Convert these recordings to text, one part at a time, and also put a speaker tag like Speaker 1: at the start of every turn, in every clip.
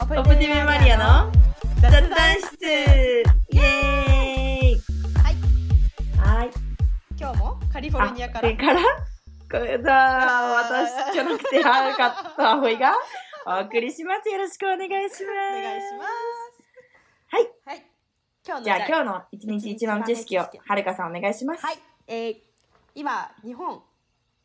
Speaker 1: ポプティメマリアの雑談室イエーイ
Speaker 2: はい
Speaker 1: はい
Speaker 2: 今日もカリフォルニアから
Speaker 1: あこれからこれだ私じゃなくてはかった葵がお送りしますよろしくお願いします
Speaker 2: お願いします
Speaker 1: はい
Speaker 2: はい今日の
Speaker 1: じゃあ今
Speaker 2: 日
Speaker 1: 日の一日一番の知識をはるかさんお願いします
Speaker 2: はいえー、今日本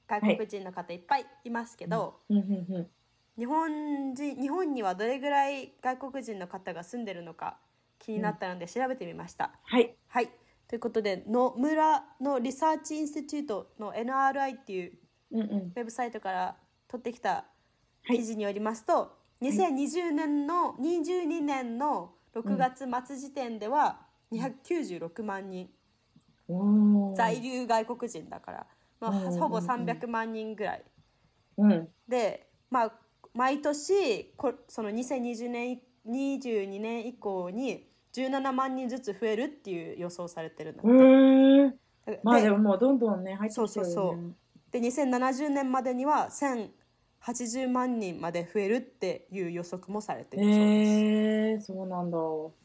Speaker 2: 外国人の方いっぱいいますけど、
Speaker 1: うんうんうん
Speaker 2: 日本人日本にはどれぐらい外国人の方が住んでるのか気になったので調べてみました、
Speaker 1: はい
Speaker 2: はいということで野村のリサーチインスティテュートの NRI っていう
Speaker 1: うんうん
Speaker 2: ウェブサイトから取ってきた
Speaker 1: はい
Speaker 2: 記事によりますと、2020年の22年の6月末時点では296万人、
Speaker 1: おー
Speaker 2: 在留外国人だから、まあ、
Speaker 1: うんうんうん
Speaker 2: ほぼ300万人ぐらい
Speaker 1: うん
Speaker 2: で、まあ、毎年こその2020年22年以降に17万人ずつ増えるっていう予想されてるんだって
Speaker 1: うーん
Speaker 2: で
Speaker 1: まあでももうどんどんね入ってきてる
Speaker 2: そ
Speaker 1: よね
Speaker 2: うそうそうで2070年までには1080万人まで増えるっていう予測もされてるそうです。
Speaker 1: えー、そうなんだ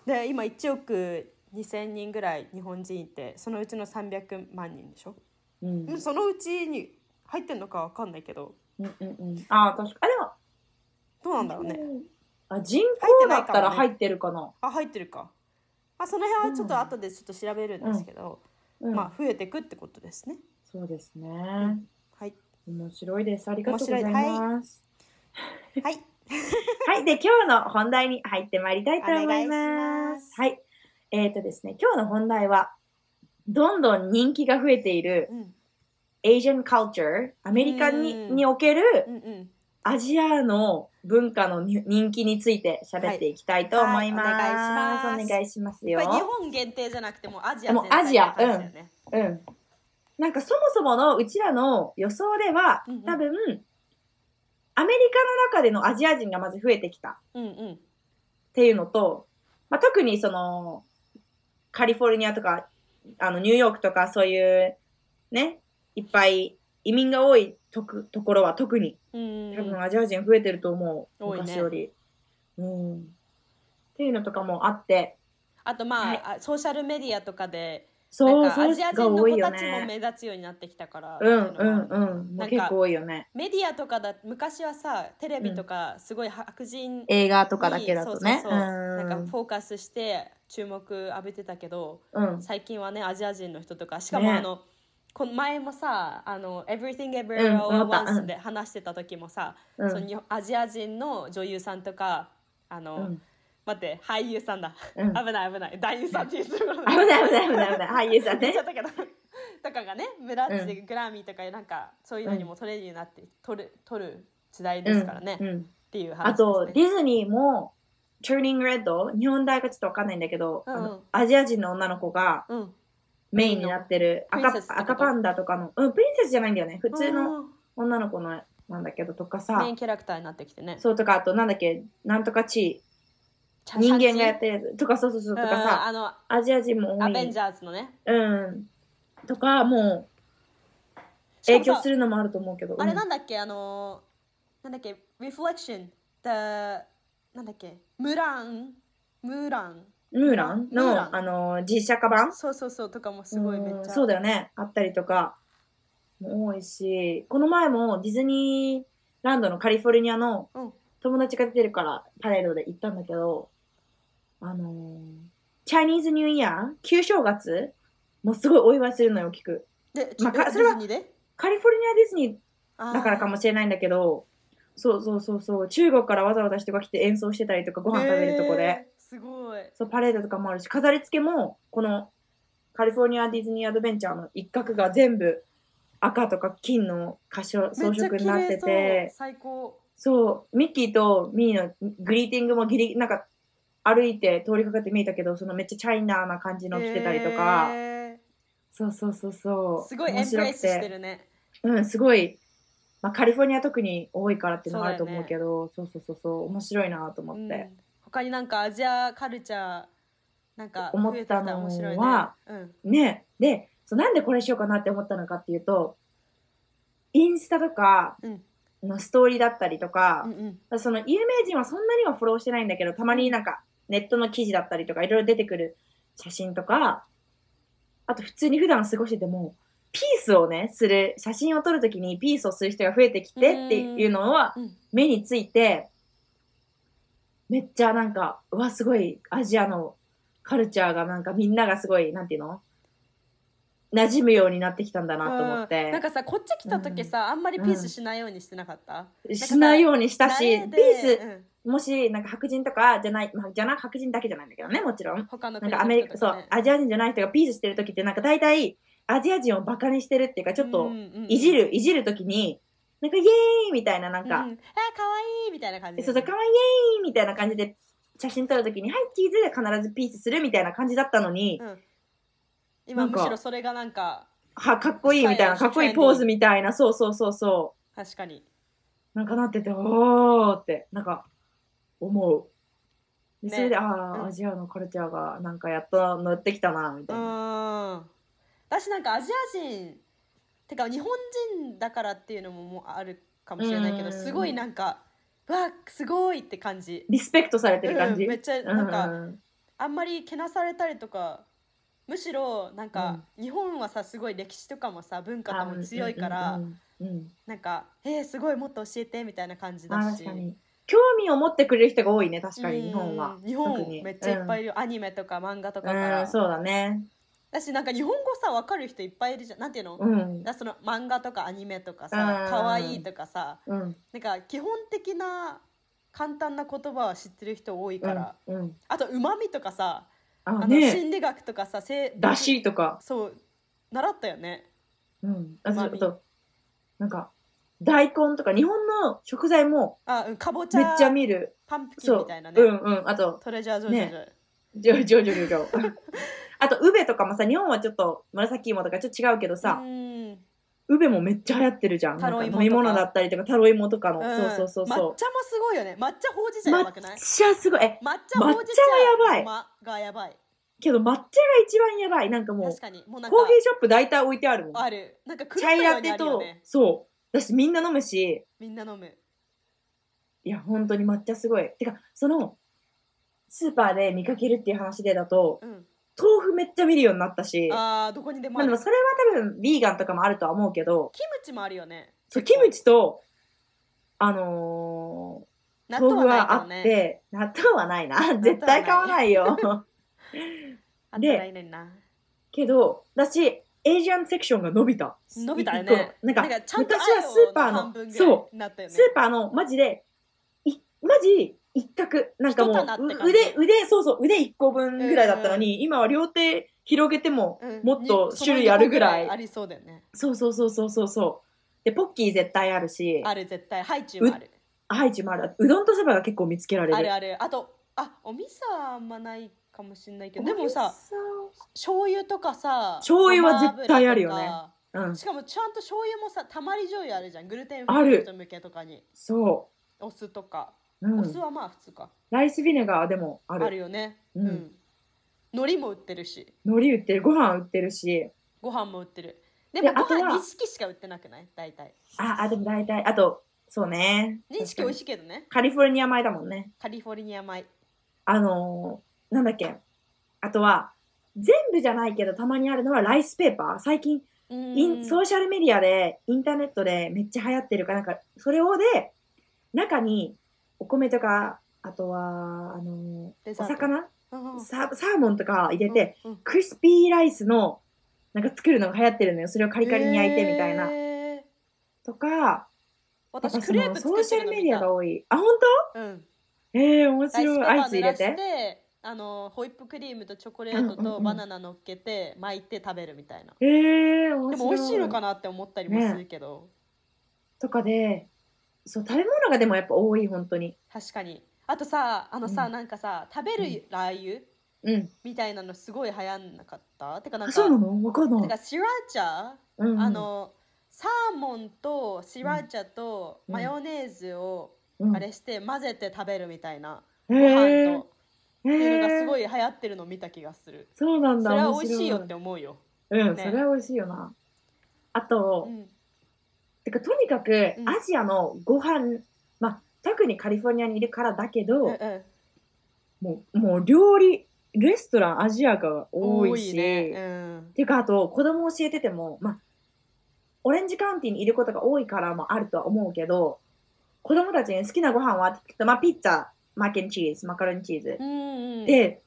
Speaker 2: で今1億2,000人ぐらい日本人いてそのうちの300万人でしょ、
Speaker 1: うん
Speaker 2: うんそのうちに入ってんのかわかんないけど
Speaker 1: うんうんうんああ確かあでも
Speaker 2: どうなんだろうね。
Speaker 1: あ人口だったら入ってるかな。
Speaker 2: あ入ってるか。まあ、その辺はちょっと後でちょっと調べるんですけど、
Speaker 1: うん
Speaker 2: まあ増えてくってことですね。
Speaker 1: そうですね。
Speaker 2: はい。
Speaker 1: 面白いです。ありがとうござい
Speaker 2: 面白
Speaker 1: ます。
Speaker 2: はい。
Speaker 1: はい、で今日の本題に入ってまいりたいと思い
Speaker 2: お願
Speaker 1: ま
Speaker 2: いし
Speaker 1: す。
Speaker 2: ます
Speaker 1: はい。えっ、とですね、今日の本題はどんどん人気が増えている
Speaker 2: うん。
Speaker 1: Asian culture、アメリカに
Speaker 2: うん
Speaker 1: における
Speaker 2: うんうん。
Speaker 1: アジアの文化のに人気について喋っていきたいと思います。
Speaker 2: はいはいお願いします
Speaker 1: お願いします
Speaker 2: こ
Speaker 1: よ。
Speaker 2: れ日本限定じゃなくてもうアジア
Speaker 1: も
Speaker 2: 全
Speaker 1: う
Speaker 2: 体って感じだよね。
Speaker 1: うん。なんかそもそものうちらの予想では、
Speaker 2: うんうん
Speaker 1: 多分、アメリカの中でのアジア人がまず増えてきたっ
Speaker 2: うんうん。
Speaker 1: ていうのと、まあ、特にその、カリフォルニアとか、あの、ニューヨークとかそういう、ね、いっぱい移民が多いとくところは特に、
Speaker 2: うん
Speaker 1: 多分アジア人増えてると思う。
Speaker 2: 多いね
Speaker 1: 昔より。うん。っていうのとかもあって、
Speaker 2: あとまあ、
Speaker 1: はい
Speaker 2: あソーシャルメディアとかで
Speaker 1: そう、
Speaker 2: なんかアジア人の
Speaker 1: そう
Speaker 2: 子
Speaker 1: いうが
Speaker 2: た
Speaker 1: 多
Speaker 2: ち
Speaker 1: いよ
Speaker 2: も
Speaker 1: ね。
Speaker 2: 目立つようになってきたから、
Speaker 1: うん
Speaker 2: ってい
Speaker 1: う
Speaker 2: の
Speaker 1: ん
Speaker 2: は
Speaker 1: うん。も
Speaker 2: な
Speaker 1: うん
Speaker 2: か
Speaker 1: 結構多いよね。
Speaker 2: メディアとかだ昔はさテレビとかすごい白人に、
Speaker 1: 映画とかだけだとね。
Speaker 2: そうそうそうなんかフォーカスして注目浴びてたけど
Speaker 1: うん
Speaker 2: 最近はねアジア人の人とかしかも
Speaker 1: ね
Speaker 2: あの、この前もさあの「Everything
Speaker 1: う
Speaker 2: Everywhere
Speaker 1: ん
Speaker 2: All
Speaker 1: 思った
Speaker 2: at Once」で話してた時もさ、
Speaker 1: うん
Speaker 2: その日本アジア人の女優さんとかあの、
Speaker 1: うん
Speaker 2: 待って俳優さんだ、
Speaker 1: うん
Speaker 2: 危ない危ない男優さんっていうところ
Speaker 1: 危ない危ない危ない危ない。俳優さん
Speaker 2: 言っ
Speaker 1: ね
Speaker 2: ちゃ。ったけどとかがねブラッチ、
Speaker 1: う
Speaker 2: グラミーとかなんかそういうのにも取れるようになって取る取る時代ですからね、
Speaker 1: う
Speaker 2: っ
Speaker 1: んうん
Speaker 2: ていう話
Speaker 1: あ
Speaker 2: です、ね、
Speaker 1: と、ディズニーも、Turning Red、日本大がちょっとわかんないんだけど、
Speaker 2: うんうん
Speaker 1: あのアジア人の女の子が
Speaker 2: うん、
Speaker 1: メインになってる
Speaker 2: プリン
Speaker 1: 赤
Speaker 2: セスってこと
Speaker 1: 赤パンダとかの、うん、プリンセスじゃないんだよね。普通の
Speaker 2: うん
Speaker 1: 女の子のなんだけどとか
Speaker 2: メイ
Speaker 1: さ
Speaker 2: ン、キャラクターになってきてね
Speaker 1: そうとか、あとなんだっけ、なんとか地位、人間がやってるやつとか、そうそうそう
Speaker 2: と
Speaker 1: とかさ、
Speaker 2: あの
Speaker 1: アジア人も多
Speaker 2: アベン
Speaker 1: い
Speaker 2: ジ。ャーズのね
Speaker 1: うん。とか、もう、
Speaker 2: し
Speaker 1: 影
Speaker 2: かも
Speaker 1: 響
Speaker 2: さ
Speaker 1: するのもあると思うけど。
Speaker 2: あ
Speaker 1: う
Speaker 2: れ
Speaker 1: ん
Speaker 2: なんだっけあのーなんだっけ Reflection the なんだっけムランムラン
Speaker 1: ムーランの
Speaker 2: ムーラン
Speaker 1: あの実写化版
Speaker 2: そうそうそうとかもすごいめっ
Speaker 1: うん
Speaker 2: ちゃ
Speaker 1: そうだよねあったりとかも多いしこの前もディズニーランドのカリフォルニアの
Speaker 2: うん
Speaker 1: 友達が出てるからパレードで行ったんだけどあのーチャイニーズニューイヤー旧正月もうすごいお祝いするのよ聞く
Speaker 2: で
Speaker 1: まあ
Speaker 2: ちょ
Speaker 1: か
Speaker 2: デ
Speaker 1: それ
Speaker 2: ィ
Speaker 1: は
Speaker 2: ズニーで
Speaker 1: カリフォルニアディズニーだからか
Speaker 2: も
Speaker 1: もしれないんだけどそうそうそうそう中国からわざわざ人が来て演奏してたりとかご飯食べるとこで、
Speaker 2: すごい
Speaker 1: そう、パレードとかもあるし、飾り付けも、このカリフォルニアディズニーアドベンチャーの一角が全部赤とか金の歌唱装飾になって
Speaker 2: めちゃ綺麗
Speaker 1: て
Speaker 2: そう、最高
Speaker 1: そう、ミッキーとミニーのグリーティングもギリ、なんか歩いて通りかかって見えたけど、そのめっちゃチャイナーな感じの着てたりとか、
Speaker 2: へ
Speaker 1: そうそうそうそ
Speaker 2: ー
Speaker 1: う、
Speaker 2: すごいエ
Speaker 1: 面
Speaker 2: ンプ
Speaker 1: 白
Speaker 2: レイ
Speaker 1: く
Speaker 2: スして
Speaker 1: て、
Speaker 2: るね
Speaker 1: うん、すごい、まあ、カリフォルニア特に多いからっていうのもある
Speaker 2: そ
Speaker 1: と
Speaker 2: うだよ
Speaker 1: 思う
Speaker 2: ね
Speaker 1: けど、そう,、そうそうそう面白いなと思って。
Speaker 2: うん他になんかアジアカルチャーなんか
Speaker 1: 思っ
Speaker 2: 増えてき
Speaker 1: た
Speaker 2: た
Speaker 1: のは
Speaker 2: ら面白いねうん
Speaker 1: ねでそうなんでこれしようかなって思ったのかっていうとインスタとか
Speaker 2: うん
Speaker 1: のストーリーだったりとか
Speaker 2: う、んうん
Speaker 1: その有名人はそんなにはフォローしてないんだけど、たまになんかネットの記事だったりとか、いろいろ出てくる写真とか、あと普通に普段過ごしてても、ピースをね、する、写真を撮るときにピースをする人が増えてきて
Speaker 2: うん
Speaker 1: っていうのは
Speaker 2: うん
Speaker 1: 目について、めっちゃなんか、うわ、すごいアジアのカルチャーがなんかみんながすごい、なんていうの馴染むようになってきたんだなと思っ
Speaker 2: う
Speaker 1: て
Speaker 2: ん、なんかさこっち来た時さ、あんまりピースしないようにしてなかった、
Speaker 1: しないようにした
Speaker 2: 慣
Speaker 1: し、
Speaker 2: れ
Speaker 1: ピ
Speaker 2: で
Speaker 1: ース、
Speaker 2: うん
Speaker 1: もし、なんか白人とかじゃない、まあ、じゃな、白人だけじゃないんだけどね、もちろん。
Speaker 2: 他の
Speaker 1: なん
Speaker 2: 国
Speaker 1: かアメリカ、そう、アジア人じゃない人がピースしてる時って、なんか大体、アジア人をバカにしてるっていうか、ちょっと、いじ
Speaker 2: る
Speaker 1: る、いじる時に、なんかイエーイみたいな、なん
Speaker 2: う
Speaker 1: か
Speaker 2: ん、、あ可愛いみたいな感じ
Speaker 1: そうそう、かわいいみたいな感じで、写真撮る時に、はい、チーズで必ずピースするみたいな感じだったのに、
Speaker 2: うん、今
Speaker 1: なん
Speaker 2: む
Speaker 1: か
Speaker 2: しろそれがなんか
Speaker 1: は、かっこいいみたいな、
Speaker 2: スタ
Speaker 1: か
Speaker 2: イリ
Speaker 1: っ
Speaker 2: ッシュ
Speaker 1: こいいポーズみたいな、そうそうそうそ
Speaker 2: 確かに
Speaker 1: う、なんかなってて、おーって、なんか、思う。で
Speaker 2: ね
Speaker 1: それで、あ
Speaker 2: う
Speaker 1: あ、
Speaker 2: ん
Speaker 1: アジアのカルチャーが、なんかやっと乗ってきたな、み
Speaker 2: う
Speaker 1: たいな。
Speaker 2: ん私なんかアジア人てか日本人だからっていうのももうあるかもしれないけど
Speaker 1: うん
Speaker 2: すごいなんかわすごいって感じ
Speaker 1: リスペクトされてる感じ。
Speaker 2: うんめっちゃなんか、
Speaker 1: うう
Speaker 2: あんまりけなされたりとかむしろなんか、日本はさすごい歴史とかもさ文化とかも強いから、
Speaker 1: うんうんうんうん
Speaker 2: なんか「えー、すごいもっと教えて」みたいな感じ
Speaker 1: あ
Speaker 2: だし
Speaker 1: 確かに。興味を持ってくれる人が多いね、確かに、日本は
Speaker 2: う。ん日本
Speaker 1: 特に
Speaker 2: めっちゃいっぱいいるよ、アニメとか漫画とかから、
Speaker 1: うん、そうだね。
Speaker 2: だしなんか日本語さわかる人いっぱいいるじゃんなんていうの、
Speaker 1: うん。
Speaker 2: だその漫画とかアニメとかさ
Speaker 1: うん
Speaker 2: 可愛、いとかさ
Speaker 1: うん。
Speaker 2: なんか基本的な簡単な言葉は知ってる人多いから、
Speaker 1: うん。うん
Speaker 2: あとうまみとかさあ
Speaker 1: あ、
Speaker 2: の
Speaker 1: ね
Speaker 2: 心理学とかさせ
Speaker 1: だしとか。
Speaker 2: そう習ったよね
Speaker 1: うん。あと、あ
Speaker 2: うまみ
Speaker 1: となんか、大根とか、日本の食材も
Speaker 2: あうんかぼち
Speaker 1: めっ
Speaker 2: ゃ
Speaker 1: ちゃ見る。
Speaker 2: パンプキ
Speaker 1: そ
Speaker 2: ンみ
Speaker 1: う。
Speaker 2: たいなね、
Speaker 1: うんうん。あと、
Speaker 2: トレジャージョージョージョー
Speaker 1: ジョジョジョジョ。あと、ウベとかもさ、日本はちょっと紫芋とかちょっと違うけどさ、
Speaker 2: うん
Speaker 1: ウベもめっちゃ流行ってるじゃん。な
Speaker 2: タ
Speaker 1: ん
Speaker 2: ロ
Speaker 1: か
Speaker 2: イ
Speaker 1: 飲
Speaker 2: モとか
Speaker 1: み物だったりとか、タロイモとかの。
Speaker 2: うん
Speaker 1: そうそうそう
Speaker 2: 抹茶
Speaker 1: そ
Speaker 2: もすごいよね抹茶ほうじ茶やばく
Speaker 1: う。
Speaker 2: ない
Speaker 1: 抹茶すごい。え、
Speaker 2: 抹茶
Speaker 1: 抹茶
Speaker 2: ほ
Speaker 1: は
Speaker 2: うじ
Speaker 1: やばい。
Speaker 2: 茶がやばい
Speaker 1: けど抹茶が一番やばい。なんかもう
Speaker 2: 確、かにもうなんか
Speaker 1: コーヒーショップ大体置いてあるもん。
Speaker 2: あるなんかク
Speaker 1: チ
Speaker 2: ル
Speaker 1: ャ
Speaker 2: ッ
Speaker 1: イ
Speaker 2: とよ
Speaker 1: ラ
Speaker 2: うに
Speaker 1: テ
Speaker 2: あるよ
Speaker 1: と
Speaker 2: ね、
Speaker 1: そう。だしみんな飲むし、
Speaker 2: みんな飲む
Speaker 1: いや、本当に抹茶すごい。てか、その、スーパーで見かけるっていう話でだと、
Speaker 2: うん
Speaker 1: 豆腐めっちゃ見るようになったし、ま
Speaker 2: あーどこにでもあ
Speaker 1: あで
Speaker 2: る
Speaker 1: もそれは多分、ヴィーガンとかもあるとは思うけど、
Speaker 2: キムチもあるよね
Speaker 1: そう、キムチと、あのー、
Speaker 2: 納
Speaker 1: 豆
Speaker 2: 豆
Speaker 1: 腐
Speaker 2: は
Speaker 1: はあ
Speaker 2: な
Speaker 1: っ
Speaker 2: いけどね
Speaker 1: て、納豆はないな。 絶対買わない よ。
Speaker 2: あったらいいのにな
Speaker 1: けど、だし、エイジアンセクションが伸びた。
Speaker 2: 伸びたよ
Speaker 1: 一
Speaker 2: ね
Speaker 1: 個なんか、
Speaker 2: ちゃんと
Speaker 1: 昔はスーパー
Speaker 2: アイオン半分
Speaker 1: の、
Speaker 2: ぐらい
Speaker 1: そ
Speaker 2: になったよ
Speaker 1: う、
Speaker 2: ね
Speaker 1: スーパーの、マジで、い、マジ、一角。なんかもう、
Speaker 2: 一棚って感
Speaker 1: う
Speaker 2: じ
Speaker 1: 腕、腕、そうそう、腕一個分ぐらいだったのに、今は両手広げても、
Speaker 2: うん
Speaker 1: もっと
Speaker 2: にその
Speaker 1: 種類あるぐら
Speaker 2: 二個あ
Speaker 1: い。
Speaker 2: りそうだよね
Speaker 1: そうそうそうそうそうそう。で、ポッキー絶対あるし、
Speaker 2: ある絶対ハイチュウもある
Speaker 1: ハイチもある。うどんとそばが結構見つけられる。
Speaker 2: あるあるあとあお味噌はあんまないかもしれないけどでも
Speaker 1: お
Speaker 2: さ
Speaker 1: いしそう、
Speaker 2: 醤油とかさ
Speaker 1: 醤油は絶対あるよね
Speaker 2: ごま油とか
Speaker 1: うん、
Speaker 2: しかもちゃんと醤油もさたまり醤油あるじゃんグルテン
Speaker 1: あ
Speaker 2: フリー
Speaker 1: る
Speaker 2: 人向けとかに
Speaker 1: そ
Speaker 2: お酢とか、
Speaker 1: う。う
Speaker 2: お酢
Speaker 1: ん、
Speaker 2: はまあ普通か
Speaker 1: ライスビネガーでもあ
Speaker 2: あ
Speaker 1: る。
Speaker 2: るよね
Speaker 1: うん
Speaker 2: 海苔も売ってるし
Speaker 1: 海苔売ってる、ご飯売ってるし、
Speaker 2: ご飯も売ってるでも
Speaker 1: であと
Speaker 2: ご
Speaker 1: は
Speaker 2: 飯錦しか売ってなくない大体
Speaker 1: あ、あ、でも大体、あと、そうね。
Speaker 2: 錦美味し
Speaker 1: い。
Speaker 2: いけどね
Speaker 1: カリフォルニア米だもんね。
Speaker 2: カリフォルニア米
Speaker 1: あのー、なんだっけ。あとは、全部じゃないけど、たまにあるのはライスペーパー。最近、
Speaker 2: う
Speaker 1: インソーシャルメディアで、インターネットでめっちゃ流行ってるから、なんか、それをで、中に、お米とか、あとは、あの
Speaker 2: デ
Speaker 1: ー、
Speaker 2: ザ
Speaker 1: お
Speaker 2: ート
Speaker 1: 魚
Speaker 2: うんうん
Speaker 1: ササーモンとか入れて、
Speaker 2: うんうん
Speaker 1: クリスピーライスの、なんか作るのが流行ってるのよ。それをカリカリに焼いてみたいな。
Speaker 2: へー
Speaker 1: とか、
Speaker 2: 私
Speaker 1: やっぱ
Speaker 2: ク
Speaker 1: その
Speaker 2: レープ
Speaker 1: ソ
Speaker 2: 作っ
Speaker 1: ー
Speaker 2: て
Speaker 1: シャ
Speaker 2: る
Speaker 1: ル
Speaker 2: の
Speaker 1: メ
Speaker 2: 見
Speaker 1: ディ
Speaker 2: た
Speaker 1: アが多い。あ、本
Speaker 2: うん
Speaker 1: 当？ええー、面
Speaker 2: ライスペ
Speaker 1: 白い。
Speaker 2: ー
Speaker 1: ア
Speaker 2: パ
Speaker 1: イ
Speaker 2: ー
Speaker 1: ス入
Speaker 2: 濡
Speaker 1: れ。
Speaker 2: らしててあのホイップクリームとチョコレート
Speaker 1: うんうんう
Speaker 2: と
Speaker 1: ん
Speaker 2: バナナ乗っけて巻いて食べるみたいな
Speaker 1: ええー、面白い。
Speaker 2: でも美味しいのか
Speaker 1: な
Speaker 2: なって思ったりもするけど、
Speaker 1: とかで、そう、食べ物がでもやっぱ多い、本当に。
Speaker 2: 確かにあとさあのさ、
Speaker 1: うん
Speaker 2: なんかさ食べるラー油
Speaker 1: うん。
Speaker 2: みたいなのすごい流行んなかったてかなんか
Speaker 1: あ、そうなのわかん
Speaker 2: て
Speaker 1: な
Speaker 2: か
Speaker 1: い。
Speaker 2: シラーチャ、
Speaker 1: うんうん、
Speaker 2: あ、のサーモンとシラーチャと
Speaker 1: うん
Speaker 2: マヨネーズを
Speaker 1: うん、
Speaker 2: あれして混ぜて食べるみたいな、
Speaker 1: ご
Speaker 2: ご飯と
Speaker 1: え
Speaker 2: っていうのがすご
Speaker 1: い。
Speaker 2: い流行ってるのを見た気がする、
Speaker 1: そうなんだ。
Speaker 2: それは美味しいよっ
Speaker 1: 面
Speaker 2: て思うよ、
Speaker 1: 白い。うん、
Speaker 2: ね
Speaker 1: それは美味しいよな。あと、
Speaker 2: うん、
Speaker 1: てかとにかく
Speaker 2: うん
Speaker 1: アジアのご飯、まあ特にカリフォルニアにいるからだけど、
Speaker 2: うんうん
Speaker 1: もうもう料理レストランアジアが多いし
Speaker 2: ねうん
Speaker 1: っていうかあと子供教えてても、まあ、オレンジカウンティーにいることが多いからもあるとは思うけど子供たちに好きなご飯はって聞くと、まあ、ピッツァマッケンチーズマカロニチーズ
Speaker 2: う、んうん、
Speaker 1: で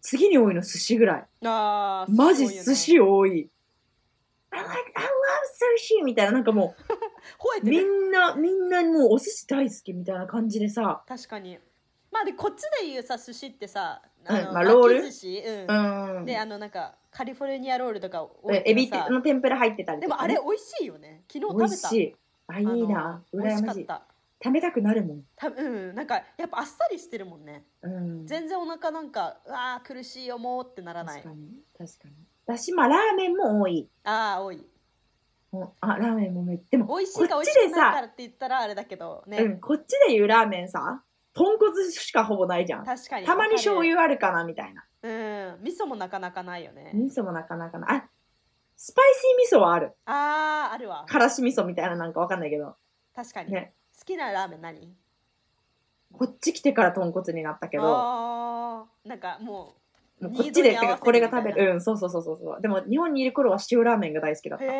Speaker 1: 次に多いの寿司ぐらい
Speaker 2: あー
Speaker 1: マジ
Speaker 2: すごいよね
Speaker 1: 寿司多い I, like, I love sushi みたいななんかも
Speaker 2: 吠え
Speaker 1: う
Speaker 2: て
Speaker 1: み
Speaker 2: る
Speaker 1: んなみんなもうお寿司大好きみたいな感じでさ
Speaker 2: 確かにまあでこっちで言うさ寿司ってさ
Speaker 1: うんまあロール
Speaker 2: 巻き寿司、うん
Speaker 1: うん
Speaker 2: であのなんかカリフォルニアロールとか多い
Speaker 1: え
Speaker 2: け
Speaker 1: エ
Speaker 2: ど
Speaker 1: ビ
Speaker 2: さ
Speaker 1: の天ぷら入ってたり
Speaker 2: で
Speaker 1: と
Speaker 2: も
Speaker 1: か
Speaker 2: あ
Speaker 1: ね、
Speaker 2: れ美味しいよね昨日
Speaker 1: 美
Speaker 2: 食
Speaker 1: 味
Speaker 2: べた
Speaker 1: しいあい
Speaker 2: あ
Speaker 1: い
Speaker 2: の
Speaker 1: な
Speaker 2: 美味
Speaker 1: 羨
Speaker 2: し
Speaker 1: ま
Speaker 2: か
Speaker 1: し
Speaker 2: っ
Speaker 1: い
Speaker 2: た
Speaker 1: 食べたくなるもん、
Speaker 2: たうんなんかやっぱあっさりしてるもんね
Speaker 1: うん、
Speaker 2: 全然お腹なんかうわー苦しいよもうってならない
Speaker 1: 確かに確かにだしまあラーメンも多い
Speaker 2: ああ多い
Speaker 1: もうあラーメンもめっでも
Speaker 2: 美味しいか
Speaker 1: こっ
Speaker 2: 美味
Speaker 1: ち
Speaker 2: しくない
Speaker 1: で
Speaker 2: か
Speaker 1: さ
Speaker 2: らって言ったらあれだけどね、
Speaker 1: うん、こっちで言うラーメンさ豚骨しかほぼないじゃん
Speaker 2: 確かに
Speaker 1: たまに醤
Speaker 2: わ
Speaker 1: 油あるかなみたいな
Speaker 2: かるうん味噌もなかなかないよね、
Speaker 1: 味噌もなかなかないあスパイシー味噌はある
Speaker 2: あああるわ
Speaker 1: からし味噌みたいななんかわかんないけど
Speaker 2: 確かに、
Speaker 1: ね
Speaker 2: 好きなラーメン何
Speaker 1: こっち来てから豚骨になったけど
Speaker 2: あーなんかも
Speaker 1: もうこ
Speaker 2: ニ
Speaker 1: っちで
Speaker 2: ーズに合わせる
Speaker 1: てかこれが食べ
Speaker 2: みたい
Speaker 1: るうんそうそうそうそうそうでも日本にいる頃は塩ラーメンが大好きだっ
Speaker 2: う
Speaker 1: たい
Speaker 2: へ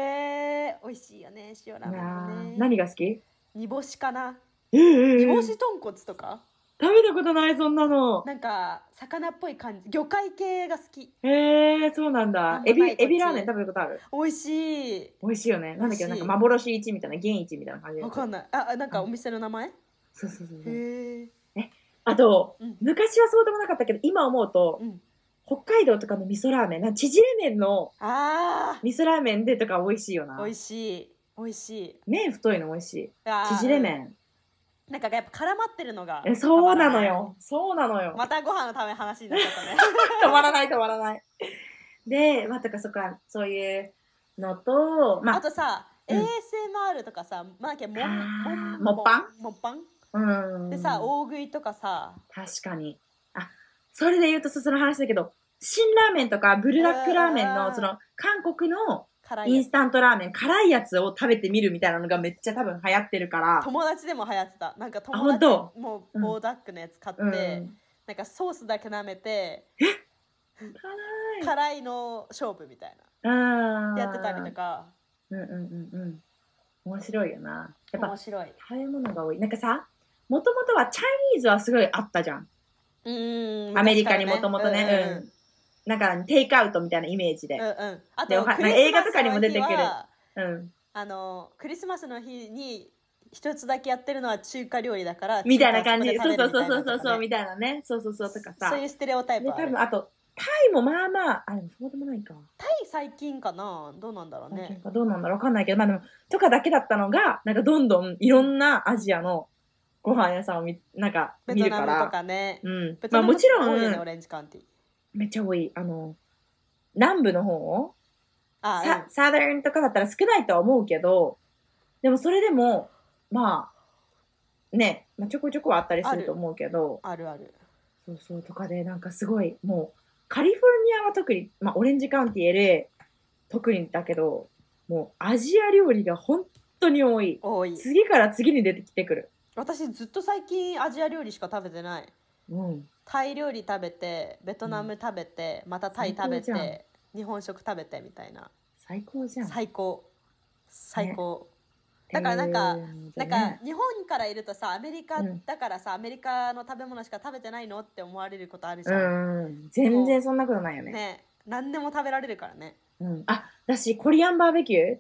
Speaker 2: え美味しいよね塩ラ
Speaker 1: や
Speaker 2: ーメン、
Speaker 1: ー
Speaker 2: ね、
Speaker 1: 何が好き
Speaker 2: 煮干しかな
Speaker 1: ええ
Speaker 2: 煮
Speaker 1: ええ
Speaker 2: 干
Speaker 1: 食
Speaker 2: し豚骨とか
Speaker 1: べたことないそんなの
Speaker 2: なんか魚っぽい感じ魚介系が好き
Speaker 1: へえそうなんだ
Speaker 2: あ。
Speaker 1: エ
Speaker 2: は
Speaker 1: ビ
Speaker 2: い、こっち
Speaker 1: エビラーメン食べることある
Speaker 2: 美味しい
Speaker 1: 美味しいよね。なんだっけ、
Speaker 2: 美
Speaker 1: な
Speaker 2: 味
Speaker 1: ん
Speaker 2: しい
Speaker 1: か幻一みたいな、原一みたいな感じで
Speaker 2: わ。かんないああなんかお店の名前、
Speaker 1: そうそうそうそう。
Speaker 2: へえ
Speaker 1: あと、
Speaker 2: うん
Speaker 1: 昔はそうでもなかったけど、今思うと
Speaker 2: う、ん
Speaker 1: 北海道とかの味噌ラーメン、なんか縮れ麺の
Speaker 2: あ
Speaker 1: 味噌ラーメンでとか美味しいよな
Speaker 2: ー。美味しい美味しい
Speaker 1: 麺太いの美味しい。
Speaker 2: あー
Speaker 1: 縮れ麺。
Speaker 2: なんかやっぱ絡まってるのが
Speaker 1: え、そうなのよ。そうなのよ。
Speaker 2: またご飯のための話になっちゃったね
Speaker 1: 止まらない止まらない。で、まあ、とかそっか、そういうのと、 ま
Speaker 2: あ
Speaker 1: あ、
Speaker 2: とさ、
Speaker 1: うん
Speaker 2: ASMR とかさまあなんだっけも
Speaker 1: あー
Speaker 2: ん
Speaker 1: もっぱん
Speaker 2: もっぱん
Speaker 1: うん。
Speaker 2: でさ大食いとかさ
Speaker 1: 確かに。あ、それで言うとそその話だけど、辛ラーメンとかブルダックラーメン
Speaker 2: うんうんう
Speaker 1: の
Speaker 2: ん
Speaker 1: その韓国の
Speaker 2: 辛い
Speaker 1: イ
Speaker 2: や
Speaker 1: ン
Speaker 2: つ
Speaker 1: スタントラーメン、辛いやつを食べてみるみたいなのがめっちゃ多分流行ってるから。
Speaker 2: 友達でも流行ってたなんか友
Speaker 1: 本
Speaker 2: 達
Speaker 1: 当
Speaker 2: も
Speaker 1: う
Speaker 2: うんボーダックのやつ買って、
Speaker 1: うん。辛
Speaker 2: なんかソースだけ舐めて
Speaker 1: い。
Speaker 2: 辛いの勝負みたい
Speaker 1: あ
Speaker 2: な
Speaker 1: ー
Speaker 2: やってたりと。か
Speaker 1: うんうんうんうん。面白いよな。やっぱ
Speaker 2: 面白い
Speaker 1: 食べ物が多い。なんかさ、もともとはチャイニーズはすごいあったじゃん。
Speaker 2: うーん
Speaker 1: アメリカにもともとね。うん。なんかテイクアウトみたいなイメージ
Speaker 2: うん
Speaker 1: で
Speaker 2: う。んうんうんあ
Speaker 1: でお
Speaker 2: と
Speaker 1: は
Speaker 2: ク
Speaker 1: なん
Speaker 2: リ
Speaker 1: か
Speaker 2: スマスの日は
Speaker 1: 映画とかにも出てくるうん。
Speaker 2: あのクリスマスの日に一つだけやってるのは中華料理だから
Speaker 1: みたいな感じ。
Speaker 2: 中華
Speaker 1: そう
Speaker 2: こで
Speaker 1: そう
Speaker 2: 食べ
Speaker 1: そう
Speaker 2: るみたいなとかね
Speaker 1: そうそうそう、みたいなね。そうそうそうとかさ。
Speaker 2: そういうステレオタイプ
Speaker 1: で、
Speaker 2: はあ
Speaker 1: 多
Speaker 2: る
Speaker 1: 分あと、タイもまあまあ、あ、でもそうでもないか。
Speaker 2: タイ最近かなどうなんだろう
Speaker 1: 最近
Speaker 2: ね
Speaker 1: かどうなんだろうわかんないけど、まあでも、とかだけだったのが、なんかどんどんいろんなアジアのご飯屋さんを見、なんか
Speaker 2: ベ
Speaker 1: 見
Speaker 2: ト
Speaker 1: る
Speaker 2: ナ
Speaker 1: か
Speaker 2: ムと
Speaker 1: ら。
Speaker 2: かね
Speaker 1: うん
Speaker 2: ベ。
Speaker 1: ま
Speaker 2: ト
Speaker 1: あ
Speaker 2: ナム
Speaker 1: もちろ
Speaker 2: 多いよね
Speaker 1: ん、
Speaker 2: オレンジカウンティー
Speaker 1: めっちゃ多い。あの、南部の方
Speaker 2: あ
Speaker 1: サ
Speaker 2: うん
Speaker 1: サダーンとかだったら少ないとは思うけど、でもそれでも、まあ、ね、まあ、ちょこちょこはあったりすると思うけど、
Speaker 2: あるある
Speaker 1: そうそうとかでなんかすごいもうカリフォルニアは特に、まあ、オレンジカウンティー LA 特にだけどもうアジア料理が本当に多い
Speaker 2: 多い
Speaker 1: 次から次に出てきてくる
Speaker 2: 私ずっと最近アジア料理しか食べてない
Speaker 1: うん
Speaker 2: タイ料理食べてベトナム食べて、またタイ食べ
Speaker 1: 最高じ
Speaker 2: て日本食食べてみたいな
Speaker 1: 最高じゃん
Speaker 2: 最高最高、だからなんかなんか日本からいるとさアメリカ
Speaker 1: うん
Speaker 2: だからさ、アメリカの食べ物しか食べてないのって思われることあるじ
Speaker 1: う
Speaker 2: ゃん、
Speaker 1: ん、全然そんなことないよね
Speaker 2: ね何でも食べられるからね
Speaker 1: うん、あだしコリアンバーベキュー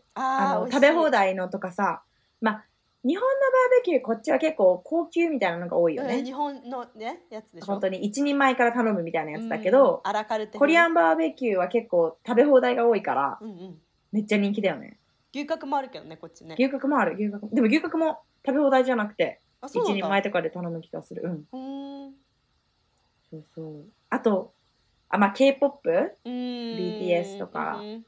Speaker 2: あ
Speaker 1: あ
Speaker 2: ー美
Speaker 1: の
Speaker 2: 味し
Speaker 1: 食
Speaker 2: い
Speaker 1: べ放題のとかさまあ日本のバーベキューこっちは結構高級みたいなのが多いよ
Speaker 2: うん
Speaker 1: ね
Speaker 2: 日本のねやつでしょ
Speaker 1: 本当
Speaker 2: に
Speaker 1: に一人前から頼むみたいなやつだけど、
Speaker 2: アラカルテ
Speaker 1: コリア
Speaker 2: ン
Speaker 1: ンバーベキューは結構食べ放題が多いから
Speaker 2: うんうん
Speaker 1: めっちゃ人気だよね
Speaker 2: 牛角もあるけどねこっちね
Speaker 1: 牛角もある牛角でも牛角も食べ放題じゃなくて
Speaker 2: あ
Speaker 1: 一
Speaker 2: そうなん
Speaker 1: 人
Speaker 2: だ
Speaker 1: 前とかで頼む気がするうん
Speaker 2: うーん
Speaker 1: そうそうあとあまあ k p o p
Speaker 2: うーん
Speaker 1: BTS とか
Speaker 2: うん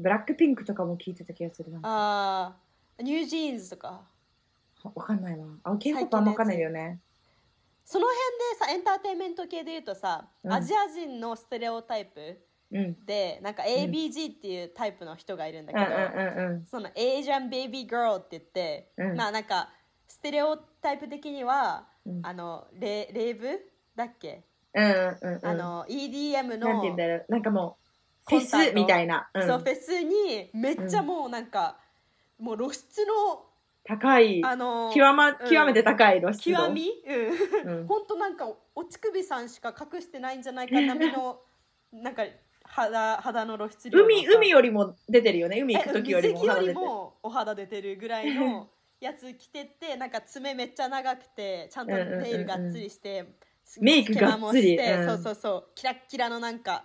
Speaker 1: ブラックピンクとかも聞いてた気がするな
Speaker 2: あーニュージーンズとか
Speaker 1: わかんないわあ k p o p あんまわかんないよね
Speaker 2: その辺でさエンターテインメント系で言うとさ、
Speaker 1: うん
Speaker 2: アジア人のステレオタイプ
Speaker 1: うん。
Speaker 2: でなんか ABG っていうタイプの人がいるんだ
Speaker 1: う
Speaker 2: け
Speaker 1: ん
Speaker 2: ど、
Speaker 1: うん
Speaker 2: その Asian Baby Girl って言って、
Speaker 1: うん
Speaker 2: まあなんかステレオタイプ的には、
Speaker 1: うん
Speaker 2: あのレレイブだっけ、
Speaker 1: うん。うんうんうん。
Speaker 2: あ、の EDM
Speaker 1: なんて言うん
Speaker 2: の
Speaker 1: だろう。なんかもう、フ
Speaker 2: コ
Speaker 1: ェ
Speaker 2: ンサート
Speaker 1: スみたいな。うん
Speaker 2: そうフェスにめっちゃもうなんか、もう露出の
Speaker 1: 高い。
Speaker 2: あの
Speaker 1: 極ま、
Speaker 2: うん
Speaker 1: 極めて高い露出度。
Speaker 2: 極み、うん
Speaker 1: うん
Speaker 2: ほんとなんかお乳首さんしか隠してないんじゃないかなみ のなんか肌肌の露出量の
Speaker 1: 海、
Speaker 2: さ
Speaker 1: 海よりも出てるよね。海行く時よりも
Speaker 2: え水着
Speaker 1: 肌
Speaker 2: より
Speaker 1: 出てる。
Speaker 2: もお肌出てるぐらい のやつ着ててなんか爪めっちゃ長くてちゃんとネイルがっつりして、
Speaker 1: メイクがっつり
Speaker 2: 隙間もして
Speaker 1: うん
Speaker 2: そうそうそうキラッキラのなんか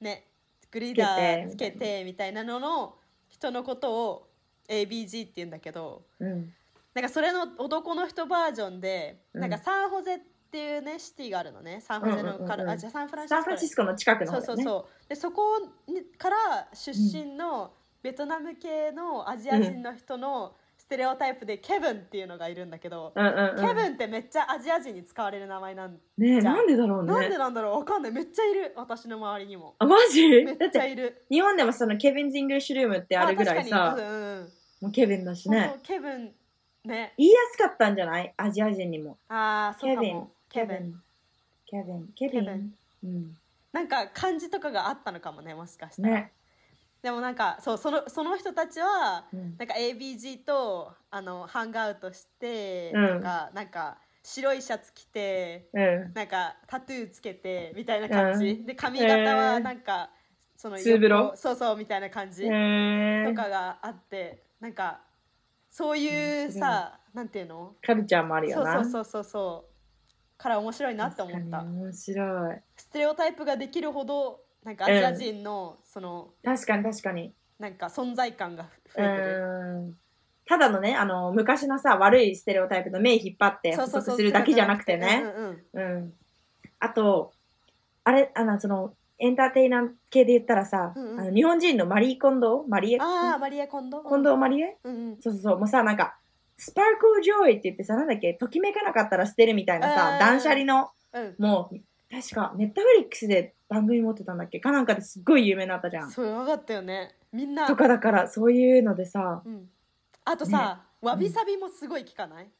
Speaker 2: ねグリーダーつ
Speaker 1: つ
Speaker 2: け
Speaker 1: けて
Speaker 2: てみたいなのの人のことを ABG って言うんだけど
Speaker 1: うん。
Speaker 2: なんかそれの男の人バージョンで、
Speaker 1: うん
Speaker 2: なんかサンホゼっていうねシティがあるのねサンホゼのから、
Speaker 1: うんうんうん
Speaker 2: あじゃあサンフランシス
Speaker 1: サ
Speaker 2: コ
Speaker 1: ンフランシスコの近くの
Speaker 2: そ
Speaker 1: 方
Speaker 2: う
Speaker 1: だ
Speaker 2: そ
Speaker 1: よ
Speaker 2: う
Speaker 1: ね。
Speaker 2: そうでそこにから出身のベトナム系のアジア人の人のステレオタイプでケブンっていうのがいるんだけど、
Speaker 1: うんうんうん。
Speaker 2: ケブンってめっちゃアジア人に使われる名前なん、
Speaker 1: ねえ、
Speaker 2: じゃん
Speaker 1: なんでだろうね。
Speaker 2: なんでなんだろうわかんないめっちゃいる私の周りにも
Speaker 1: あ、マジ
Speaker 2: めっ
Speaker 1: だっ
Speaker 2: ちゃ
Speaker 1: て、
Speaker 2: いる
Speaker 1: 日本でもそのケビンズ・イングリッシュルームってあるぐらい
Speaker 2: まあ
Speaker 1: さ
Speaker 2: 確、かにうんうん
Speaker 1: もうケビンだしね
Speaker 2: 本。当ケブンね
Speaker 1: 言いやすかったんじゃないアジア人にも。
Speaker 2: ああそう
Speaker 1: ケ
Speaker 2: か
Speaker 1: ビ
Speaker 2: も
Speaker 1: ン、ケビン、ケビン、ケ
Speaker 2: ケ
Speaker 1: ビ
Speaker 2: ビ
Speaker 1: ン。うん。
Speaker 2: なんか漢字とかがあったのかもねもしかしたら、
Speaker 1: ね。
Speaker 2: でもなんかそうそのその人たちは
Speaker 1: うん
Speaker 2: なんか ABG とあのハングアウトして、
Speaker 1: うん
Speaker 2: とかなんか白いシャツ着て
Speaker 1: うん。
Speaker 2: なんかタトゥーつけてみたいな感じ、
Speaker 1: うん
Speaker 2: で髪型
Speaker 1: へ
Speaker 2: は
Speaker 1: ー
Speaker 2: なんか、その
Speaker 1: ツーブロ
Speaker 2: そうそうみたいな感じ、
Speaker 1: へ
Speaker 2: と
Speaker 1: ー
Speaker 2: かがあってなんかそういうさ、なんていうの
Speaker 1: カルチャーもある
Speaker 2: そ
Speaker 1: よ
Speaker 2: うそ
Speaker 1: な。
Speaker 2: うそうそうそうから面白いなって思っ
Speaker 1: 確
Speaker 2: た
Speaker 1: かに面白い。
Speaker 2: ステレオタイプができるほどなんかアジア人の、その
Speaker 1: 確かに確かに。
Speaker 2: なんか存在感が
Speaker 1: う
Speaker 2: 増えてる。
Speaker 1: ん。ただのね、あの、昔のさ、悪いステレオタイプの目引っ張って
Speaker 2: そう
Speaker 1: 補
Speaker 2: そうそう
Speaker 1: 足するだけじゃなくてね。
Speaker 2: うんうんうん
Speaker 1: うん。あと、あれ、あの、その、エンターテイナー系で言ったらさ、
Speaker 2: うんうん
Speaker 1: あの日本人のマリー・コンドーマリー、
Speaker 2: ああ、マリアコンド。
Speaker 1: コンドーマリエ
Speaker 2: うんうん。
Speaker 1: そうそうそう、もうさ、なんか、スパークルジョイって言ってさ、なんだっけ、ときめかなかったら捨てるみたいな
Speaker 2: う
Speaker 1: さ
Speaker 2: ん、
Speaker 1: 断捨離の、
Speaker 2: うん。
Speaker 1: もう、確か、ネットフリックスで番組持ってたんだっけかなんかですっごい有名になったじゃん。
Speaker 2: そう、よかったよね。みんな。
Speaker 1: とかだから、そういうのでさ、
Speaker 2: うん。あとさ、わびさびもすごい聞かない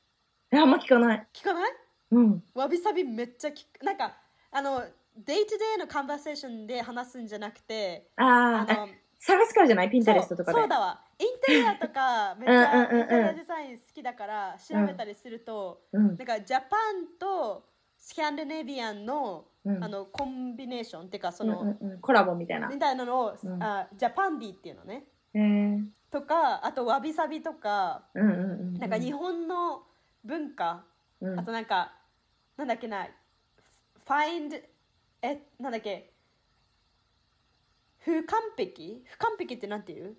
Speaker 1: えあんま聞かない。
Speaker 2: 聞かない
Speaker 1: うん。
Speaker 2: わびさびめっちゃ聞く。なんか、あの、デイトゥデイのカンバセーションで話すんじゃなくて、あ
Speaker 1: あーあ、
Speaker 2: の、
Speaker 1: 探すからじゃないピンタレス
Speaker 2: そ
Speaker 1: ト
Speaker 2: う
Speaker 1: とかで。
Speaker 2: そうだわ。インテリアとか、めっちゃ
Speaker 1: うんうんうんうん
Speaker 2: インテリアデザイン好きだから、調べたりすると、
Speaker 1: うん。
Speaker 2: なんかジャパンとスキャンデネビアンの、
Speaker 1: うん
Speaker 2: あの、コンビネーションっていうか、そ
Speaker 1: うん
Speaker 2: の、
Speaker 1: うんうん、コラボみたいな。
Speaker 2: みたいなのを、
Speaker 1: うん
Speaker 2: あジャパンディっていうのね
Speaker 1: へー
Speaker 2: とかあとわびさびとか
Speaker 1: うんうんうんうん。
Speaker 2: なんか日本の文化、
Speaker 1: うん
Speaker 2: あとなんかなんだっけな find えなんだっけ不完璧不完璧ってなんていう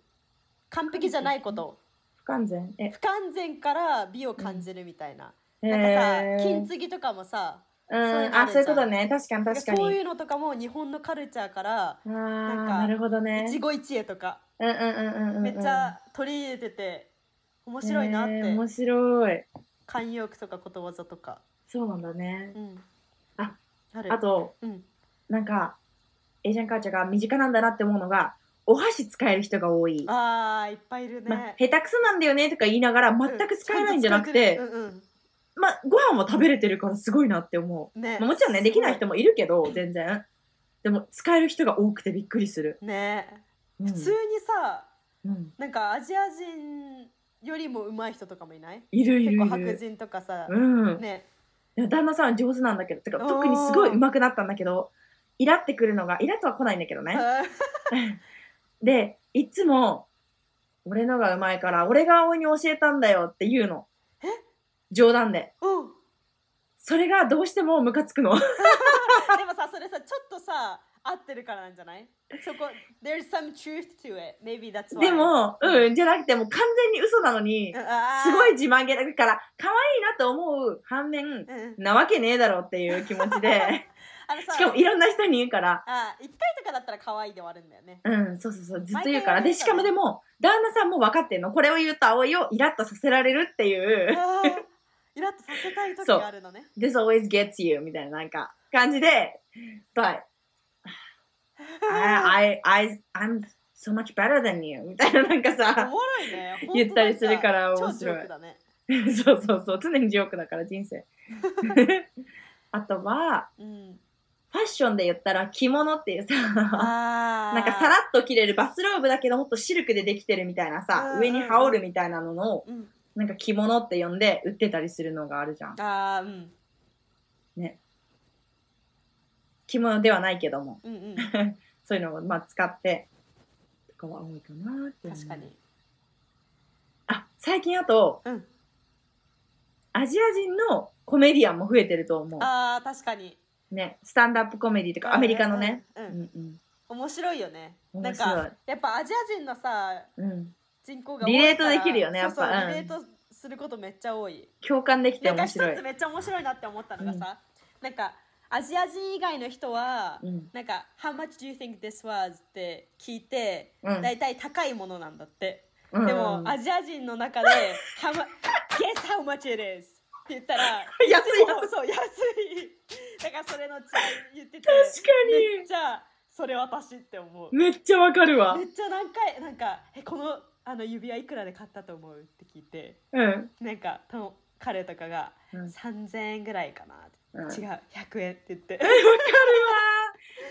Speaker 2: 完璧じゃないこと
Speaker 1: 不完全。え、
Speaker 2: 不完全から美を感じるみたいな、なん
Speaker 1: へ
Speaker 2: か
Speaker 1: ー
Speaker 2: さ金継ぎとかもさ
Speaker 1: うん
Speaker 2: そういうのあるじゃん
Speaker 1: あ、そういうことね。確かに確かに。
Speaker 2: そういうのとかも日本のカルチャーから
Speaker 1: あー
Speaker 2: んか
Speaker 1: なるほどね。
Speaker 2: 一期一会とか
Speaker 1: うんうんうんうんうんうん。
Speaker 2: めっちゃ取り入れてて面白いなって、
Speaker 1: えー面白い。
Speaker 2: 慣用句とかことわざとか、
Speaker 1: そうなんだね。
Speaker 2: うん、
Speaker 1: あ
Speaker 2: ある
Speaker 1: あ、と、
Speaker 2: うん、
Speaker 1: なんか、エージャンカルチャーが身近なんだなって思うのが、お箸使える人が多い。
Speaker 2: あーいっぱいいるね、
Speaker 1: まあ、下手くそなんだよねとか言いながら、全く使えないんじゃなくて
Speaker 2: う、んうん
Speaker 1: まあ、ご飯は食べれてるからすごいなって思
Speaker 2: ね
Speaker 1: う。まあもちろんね、できない人
Speaker 2: も
Speaker 1: もいるけど、全然。でも、使える人が多くてびっくりする。
Speaker 2: ね
Speaker 1: うん
Speaker 2: 普通にさ
Speaker 1: うん
Speaker 2: なんかアジア人よりも上手い人とかもいない
Speaker 1: いるいる
Speaker 2: 結
Speaker 1: い
Speaker 2: 構
Speaker 1: る。
Speaker 2: 白人とかさ、
Speaker 1: うん。
Speaker 2: ね
Speaker 1: いや旦那さん上手なんだけど、てか
Speaker 2: おー
Speaker 1: 特にすごい上手くなったんだけど、イラってくるのが、イラとは来ないんだけどね。で、いつも、俺のが上手いから、俺が葵に教えたんだよって言うの。冗談で。
Speaker 2: うん
Speaker 1: それがどうしてもムカつくの。
Speaker 2: でもさそれさちょっとさ合ってるからなんじゃないそこ there's some truth to it maybe that's why
Speaker 1: でも、うん、じゃなくてもう完全に嘘なのに、
Speaker 2: す
Speaker 1: すごい、自慢げだから、可愛いなと思う反面、
Speaker 2: うん、
Speaker 1: なわけねえだろっていう気持ちで、
Speaker 2: あのさ
Speaker 1: しかもいろんな人に言うから、
Speaker 2: あ一回とかだったら可愛いで終わるんだよ ね
Speaker 1: うん、そうそうそう、ずっと言うか
Speaker 2: 毎回言われるから
Speaker 1: ら。で、
Speaker 2: ね
Speaker 1: しかもでも、旦那さんも分かってんの。これを言うと葵をイラッとさせられるって いう、
Speaker 2: あーイラッとさせたい時があるのね。
Speaker 1: this always gets you みたいななんか感じで、but, I, I, I, I'm so much better than you みたいななんか
Speaker 2: お
Speaker 1: さ
Speaker 2: もろいね。
Speaker 1: 言ったりするから面白い
Speaker 2: 超ジョークだね。
Speaker 1: そうそうそう常にジョークだから人 生あとは
Speaker 2: うん。
Speaker 1: ファッションで言ったら着物っていうさ
Speaker 2: ああ。
Speaker 1: なんかさらっと着れるバスローブだけどもっとシルクでできてるみたい
Speaker 2: う
Speaker 1: な
Speaker 2: んうん
Speaker 1: さ
Speaker 2: うん
Speaker 1: 上に羽織るみたいなのを
Speaker 2: うん。
Speaker 1: なんか着物って呼んで売ってたりするのがあるじゃん
Speaker 2: ああ、うん。
Speaker 1: 着物ではないけども
Speaker 2: うんうん。
Speaker 1: そういうのをまあ使ってとかは多いかなって思う
Speaker 2: 確かに。
Speaker 1: あ最近あと
Speaker 2: うん。
Speaker 1: アジア人のコメディアンも増えてると思
Speaker 2: ああ、確かに。
Speaker 1: うねスタンダップコメディとかアメリカのね
Speaker 2: うん。
Speaker 1: う
Speaker 2: うん。
Speaker 1: んうん
Speaker 2: 面白いよね。な
Speaker 1: 面
Speaker 2: ん
Speaker 1: 白い
Speaker 2: か、やっぱアジア人のさ、
Speaker 1: うん
Speaker 2: 人口が多いから
Speaker 1: リレートできるよねやっぱ
Speaker 2: そうそう
Speaker 1: うん
Speaker 2: リレートすることめっちゃ多い。
Speaker 1: 共感できて
Speaker 2: なんか
Speaker 1: 面
Speaker 2: 一つ
Speaker 1: 白い
Speaker 2: めっちゃ面白いなって思ったのがさ、なんかアジア人以外の人は、
Speaker 1: うん
Speaker 2: なんか「How much do you think this was?」って聞いて、
Speaker 1: うん
Speaker 2: 大体高いものなんだって、
Speaker 1: うん
Speaker 2: でもア
Speaker 1: 安い
Speaker 2: ジア人の中で「how mu- Guess how much it is」って言った ら
Speaker 1: や
Speaker 2: でもそう安いだからそれの違い言ってて
Speaker 1: 確か
Speaker 2: めっちゃそれ私って思う
Speaker 1: にめっちゃわかるわ
Speaker 2: めっちゃ何回なんか「えこのあの指輪いくらで買ったと思う?」って聞いて
Speaker 1: うん
Speaker 2: なんかたの彼とかが「
Speaker 1: うん
Speaker 2: 3000円ぐらいかな」って
Speaker 1: うん
Speaker 2: 違う100円って言 って